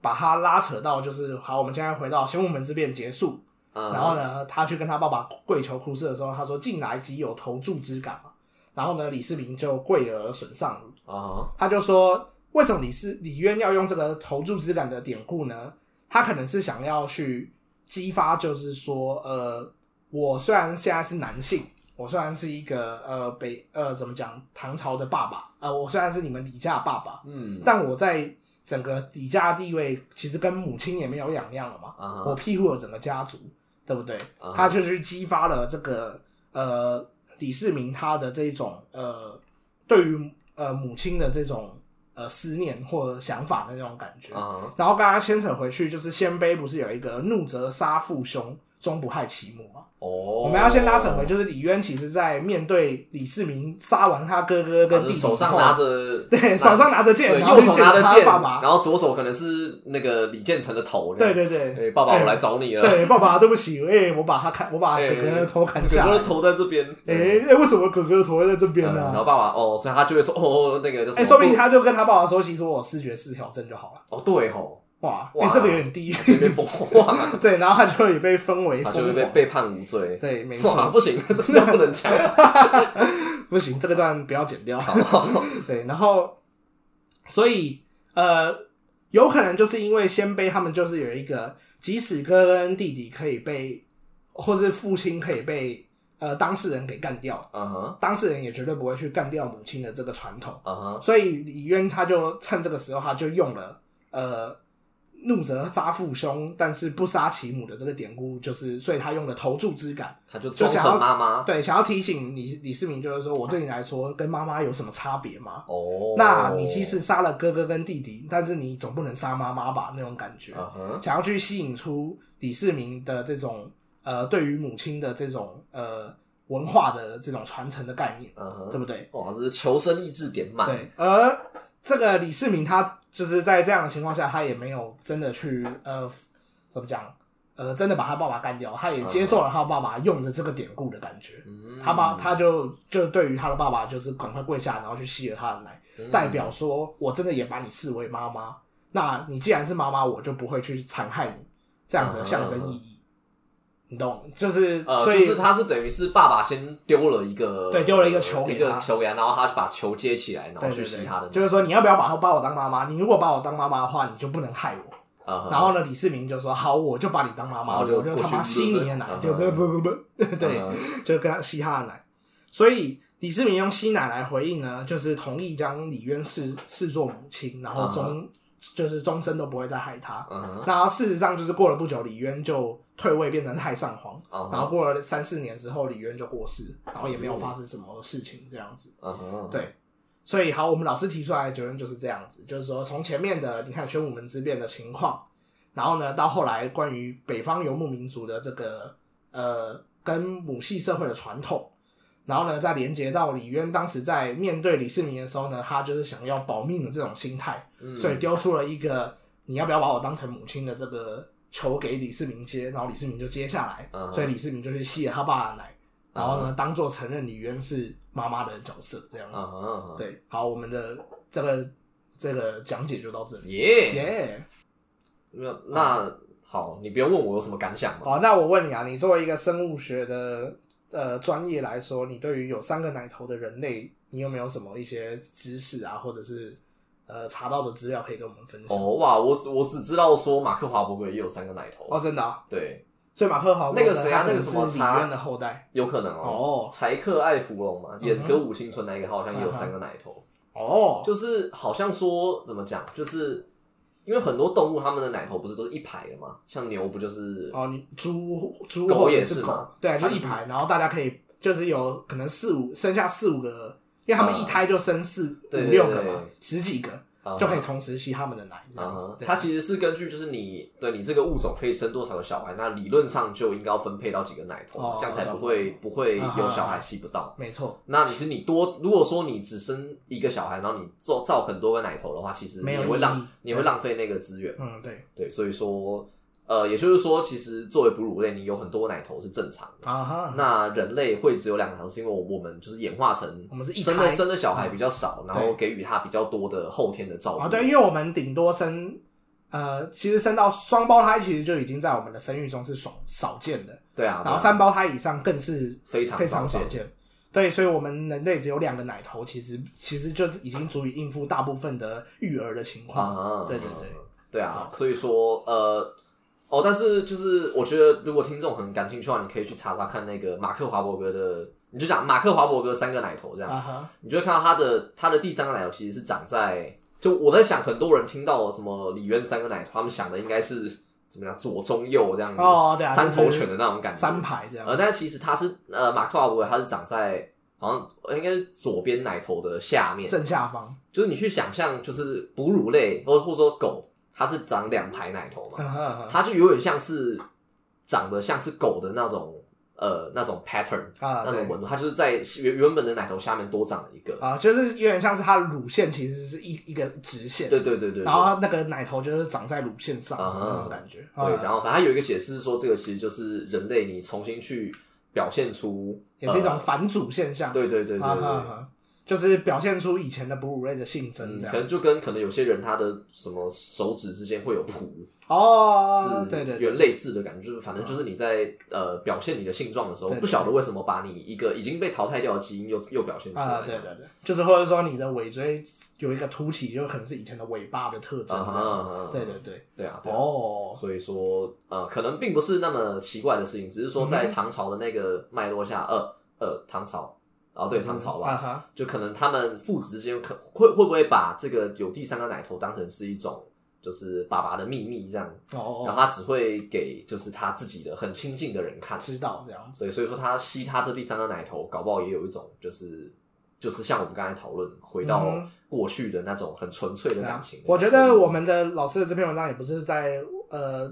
把他拉扯到就是好，我们现在回到玄武门之变结束，啊哈然后？呢，他去跟他爸爸跪求哭诉的时候，他说近来即有投注之感嘛，然后呢，李世民就跪而损上啊哈，他就说：“为什么李是李渊要用这个投注之感的典故呢？他可能是想要去激发，就是说，呃，我虽然现在是男性，我虽然是一个呃北呃怎么讲唐朝的爸爸，呃，我虽然是你们李家的爸爸，嗯，但我在整个李家的地位其实跟母亲也没有两样了嘛。啊哈，我庇护了整个家族，对不对？啊他就是激发了这个呃李世民他的这种呃对于呃母亲的这种呃思念或想法的那种感觉。啊哈，然后刚刚牵扯回去，就是鲜卑不是有一个怒则杀父兄，终不害其母吗？哦，我我们要先拉扯回，就是李渊其实在面对李世民杀完他哥哥跟他弟是弟手上之后拿着，对拿手上拿着剑，对然后右手去拿着他剑，爸爸，然后左手可能是那个李建成的头，对对对对，对，啊爸爸我哎来找你 [LAUGHS] 了，对，爸爸，对不起，哎、我把他砍，我把哥哎哥的头砍哥下哥来的。头在这边，哎、嗯哎、为什么哥哥的头会在这边嗯呢、然后爸爸哦，所以他就会说哦，哦那个叫什哎、么说不定他就跟他爸爸说，其实我有视觉失调症就好了。哦，对吼，哇，哎、哇这个有点低这狱。边疯狂， [LAUGHS] 对，然后他就也被分为他 [LAUGHS] 疯就会狂。被被判无罪，对，没哇， [LAUGHS] 错，不行，这个不能 [LAUGHS] 讲，不行，这个段不要剪掉。好不好？ [LAUGHS] 对，然后，所以呃，有可能就是因为鲜卑他们就是有一个，即使哥哥跟弟弟可以被，或是父亲可以被呃当事人给干掉，嗯哼，当事人也绝对不会去干掉母亲的这个传统。嗯哼，所以李渊他就趁这个时候，他就用了呃“怒则杀父兄，但是不杀其母”的这个典故，就是所以他用了投注之感，他就就装想要成妈妈，对，想要提醒李李世民，就是说我对你来说跟妈妈有什么差别吗？哦，那你即使杀了哥哥跟弟弟，但是你总不能杀妈妈吧？那种感觉，嗯哼，想要去吸引出李世民的这种呃对于母亲的这种呃文化的这种传承的概念，嗯对哼，不对？哇，这是求生意志点满，对，而这个李世民他就是在这样的情况下，他也没有真的去呃怎么讲呃真的把他爸爸干掉，他也接受了他爸爸用着这个典故的感觉。嗯，他爸他就就对于他的爸爸就是赶快跪下，然后去吸了他的奶，嗯代表说我真的也把你视为妈妈。那你既然是妈妈，我就不会去残害你，这样子嗯的象征意义，你懂？就是、呃，所就以是他是等于是爸爸先丢了一个，呃对丢了一个球给一他个球给他，然后他就把球接起来，然后对去对吸对他的，，就是说你要不要把他把我当妈妈？你如果把我当妈妈的话，你就不能害我。嗯哼然后呢，李世民就说：“好，我就把你当妈妈，然后我就就他妈过去吸你的奶，嗯就不不不不，对，嗯就跟他吸他的奶。”所以李世民用吸奶来回应呢，就是同意将李渊视视作母亲，然后嗯终就是终身都不会再害他。嗯哼，然后事实上就是过了不久，李渊就退位变成太上皇，嗯 [LAUGHS] 然后哼，过了三四年之后，李渊就过世，然后也没有发生什么事情这样子。嗯哼，对，所以好，我们老师提出来的结论就是这样子，就是说从前面的你看玄武门之变的情况，然后呢到后来关于北方游牧民族的这个呃跟母系社会的传统，然后呢再连接到李渊当时在面对李世民的时候呢，他就是想要保命的这种心态，嗯所以丢出了一个你要不要把我当成母亲的这个球给李世民接，然后李世民就接下来，嗯所以李世民就去吸了他爸的奶，然后呢当做承认李渊是妈妈的角色这样嗯子。哼，嗯哼，对，好，我们的这个这个讲解就到这里。耶，耶、那那好，你不用问我有什么感想嘛，好，那我问你啊，你作为一个生物学的呃专业来说，你对于有三个奶头的人类，你有没有什么一些知识啊，或者是呃查到的资料可以跟我们分享？哦哇，我只我只知道说马克华伯格也有三个奶头，哦真的啊，对，所以马克豪那个谁啊他可那能个什么是李查渊的后代。有可能哦哦，柴克艾芙蓉嘛，嗯演哼歌舞青春那一个他好像也有三个奶头，哦，就是好像说怎么讲，就是因为很多动物它们的奶头不是都是一排的嘛，像牛不就是哦，你猪猪狗或者也是是狗嘛，对啊，它就就一是排，然后大家可以就是有可能四五生下四五个，因为他们一嗯胎就生四五对对六个对嘛，十几个啊就可以同时吸他们的奶这样子啊。，对它其实是根据就是你对你这个物种可以生多少个小孩，那理论上就应该要分配到几个奶头，哦这样才不会不会啊哈有小孩吸不到。没错，那你是你多，如果说你只生一个小孩，然后你造造很多个奶头的话，其实没你有会意义浪你会浪费那个资源。嗯，对对，所以说，呃，也就是说，其实作为哺乳类，你有很多奶头是正常的。啊哈，那人类会只有两个头，是因为我们就是演化成我们是一生胎的生的小孩比较少，然后对给予他比较多的后天的照顾。啊对，因为我们顶多生呃，其实生到双胞胎其实就已经在我们的生育中是少少见的，对啊，然后对啊三胞胎以上更是非常非常少少见见。对，所以我们人类只有两个奶头，其实其实就已经足以应付大部分的育儿的情况。啊对对对，对啊，所以说呃，哦，但是就是我觉得，如果听众很感兴趣的话，你可以去查查看那个马克华伯格的，你就讲马克华伯格三个奶头这样，啊哈，你就会看到他的他的第三个奶头其实是长在，就我在想，很多人听到什么李渊三个奶头，他们想的应该是怎么样左中右这样子，哦对嗯啊三头就是犬的那种感觉，三排这啊样。呃，但其实它是呃马克华伯格，它是长在好像呃应该是左边奶头的下面，正下方，就是你去想象，就是哺乳类或或者说狗，它是长两排奶头嘛，嗯哼嗯哼它就有点像是长得像是狗的那种呃那种 pattern 啊，那对种纹路，它就是在原原本的奶头下面多长了一个，啊，就是有点像是它的乳腺其实是一一个直线，对对对对对，然后它那个奶头就是长在乳腺上啊哈那种感觉，对，啊然后反正它有一个解释是说，这个其实就是人类你重新去表现出，也是一种呃反祖现象，对对对对啊对哈啊哈就是表现出以前的哺乳类的性征嗯，这可样。能就跟可能有些人他的什么手指之间会有蹼，哦，对是对对，原类似的感觉，就是反正就是你在呃表现你的性状的时候，对对不晓得为什么把你一个已经被淘汰掉的基因又又表现出啊来，对对对，就是或者说你的尾椎有一个凸起，就可能是以前的尾巴的特征啊哈这样啊子。哈，对对对，对啊，对啊哦，所以说呃，可能并不是那么奇怪的事情，只是说嗯在唐朝的那个脉络下，呃呃，唐朝啊，对唐朝啊吧，哈，就可能他们父子之间可会会不会把这个有第三个奶头当成是一种就是爸爸的秘密这样。然哦，后他只会给就是他自己的很亲近的人看，知道这样子。所以所以说他吸他这第三个奶头，搞不好也有一种就是就是像我们刚才讨论回到嗯过去的那种很纯粹的对啊感情。我觉得我们的老师的这篇文章也不是在呃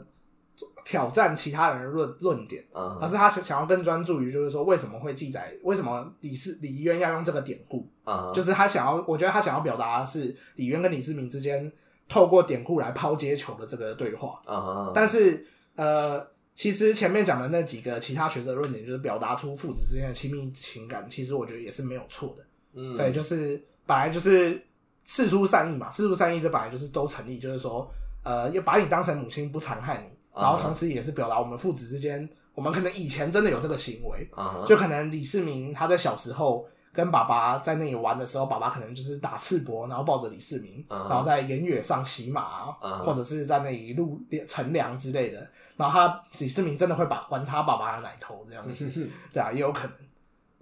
挑战其他人的论论点，啊而是他想想要更专注于就是说为什么会记载，为什么李世李渊要用这个典故，啊就是他想要，我觉得他想要表达的是李渊跟李世民之间透过典故来抛接球的这个对话。啊，但是呃，其实前面讲的那几个其他学者论点，就是表达出父子之间的亲密情感，其实我觉得也是没有错的。嗯对，就是本来就是事出善意嘛，事出善意这本来就是都成立，就是说，呃，要把你当成母亲不残害你，啊然后同时也是表达我们父子之间，我们可能以前真的有这个行为，啊就可能李世民他在小时候。跟爸爸在那里玩的时候，爸爸可能就是打赤膊，然后抱着李世民，啊然后在原野上骑马，啊或者是在那里路乘凉之类的。然后他李世民真的会把玩他爸爸的奶头这样子，对啊，也有可能。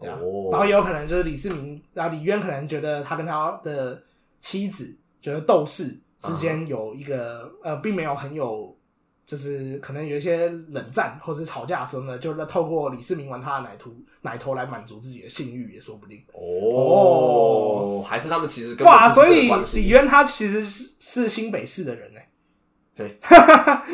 对啊哦然后也有可能就是李世民，然后李渊可能觉得他跟他的妻子，觉得窦氏之嗯间有一个、呃，并没有很有，就是可能有一些冷战或者是吵架的时候呢，就透过李世民玩他的奶头奶头来满足自己的性欲也说不定。哦，还是他们其实根本就哇，是所这以个关系李渊他其实是是新北市的人呢、 [LAUGHS] 嘿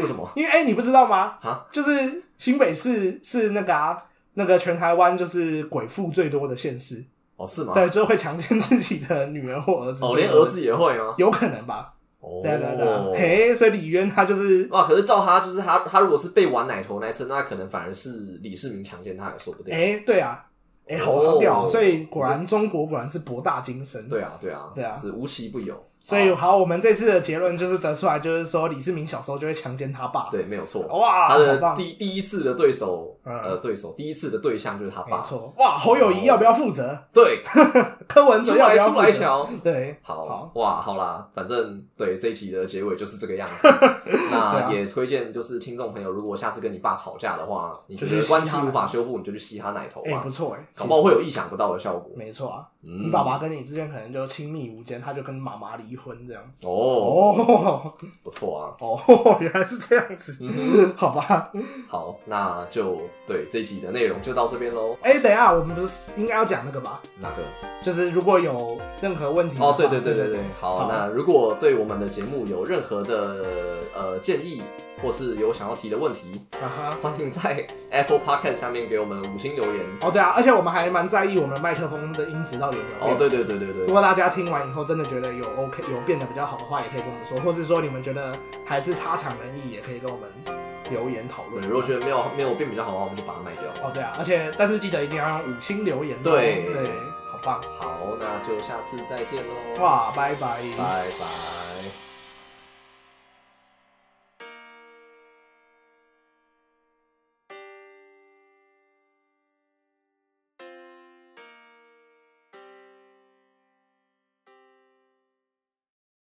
为什么因为哎、你不知道吗？啊？就是新北市是那个啊，那个全台湾就是鬼父最多的县市。哦，是吗？对，就会强奸自己的女儿或儿子。哦，连儿子也会吗？有可能吧？哦，对啊对对，嘿，所以李渊他就是哇！可是照他，就是他，他如果是被玩奶头那一次，那可能反而是李世民强奸他也说不定。哎，对啊，哎，好哦好屌哦，所以果然中国果然是博大精深。对，啊，对啊，对啊是无奇不有。所以啊好，我们这次的结论就是得出来，就是说李世民小时候就会强奸他爸。，对，没有错。哇，他好的棒，第第一次的对手，嗯呃，对手第一次的对象就是他没爸。错，哇，侯友谊要不要负责？对，柯文出哲要不来要出负来责？瞧。对，好好哇，好啦，反正对这一集的结尾就是这个样子。对那啊也推荐就是听众朋友，如果下次跟你爸吵架的话，你觉就去得吸关系他无法修复，你就去吸他奶头哎，吧不，错哎，搞不好嗯会有意想不到的效果其实。没错啊。你你爸爸跟你之间可能就亲密无间，他就跟妈妈离婚这样子。哦，嗯哦不错啊。哦，原来是这样子，好吧。好，那就对这一集的内容就到这边喽。哎、等一下，我们不是应该要讲那个吧？那个就是如果有任何问题的话哦，对对对对对对，好，啊那如果对我们的节目有任何的呃建议，或是有想要提的问题， [LAUGHS] 啊哈，欢迎在 Apple Podcast 下面给我们五星留言。哦对啊，而且我们还蛮在意我们麦克风的音质到底有没有哦变，对对对对对如，果大家听完以后真的觉得有 OK 有变得比较好的话，也可以跟我们说，或是说你们觉得还是差强人意，也可以跟我们留言讨对论。如果觉得没有没有变比较好的话，我们就把它卖掉。哦对啊，而且但是记得一定要用五星留言哦。对对，好棒好，那就下次再见喽，哇，拜拜拜拜。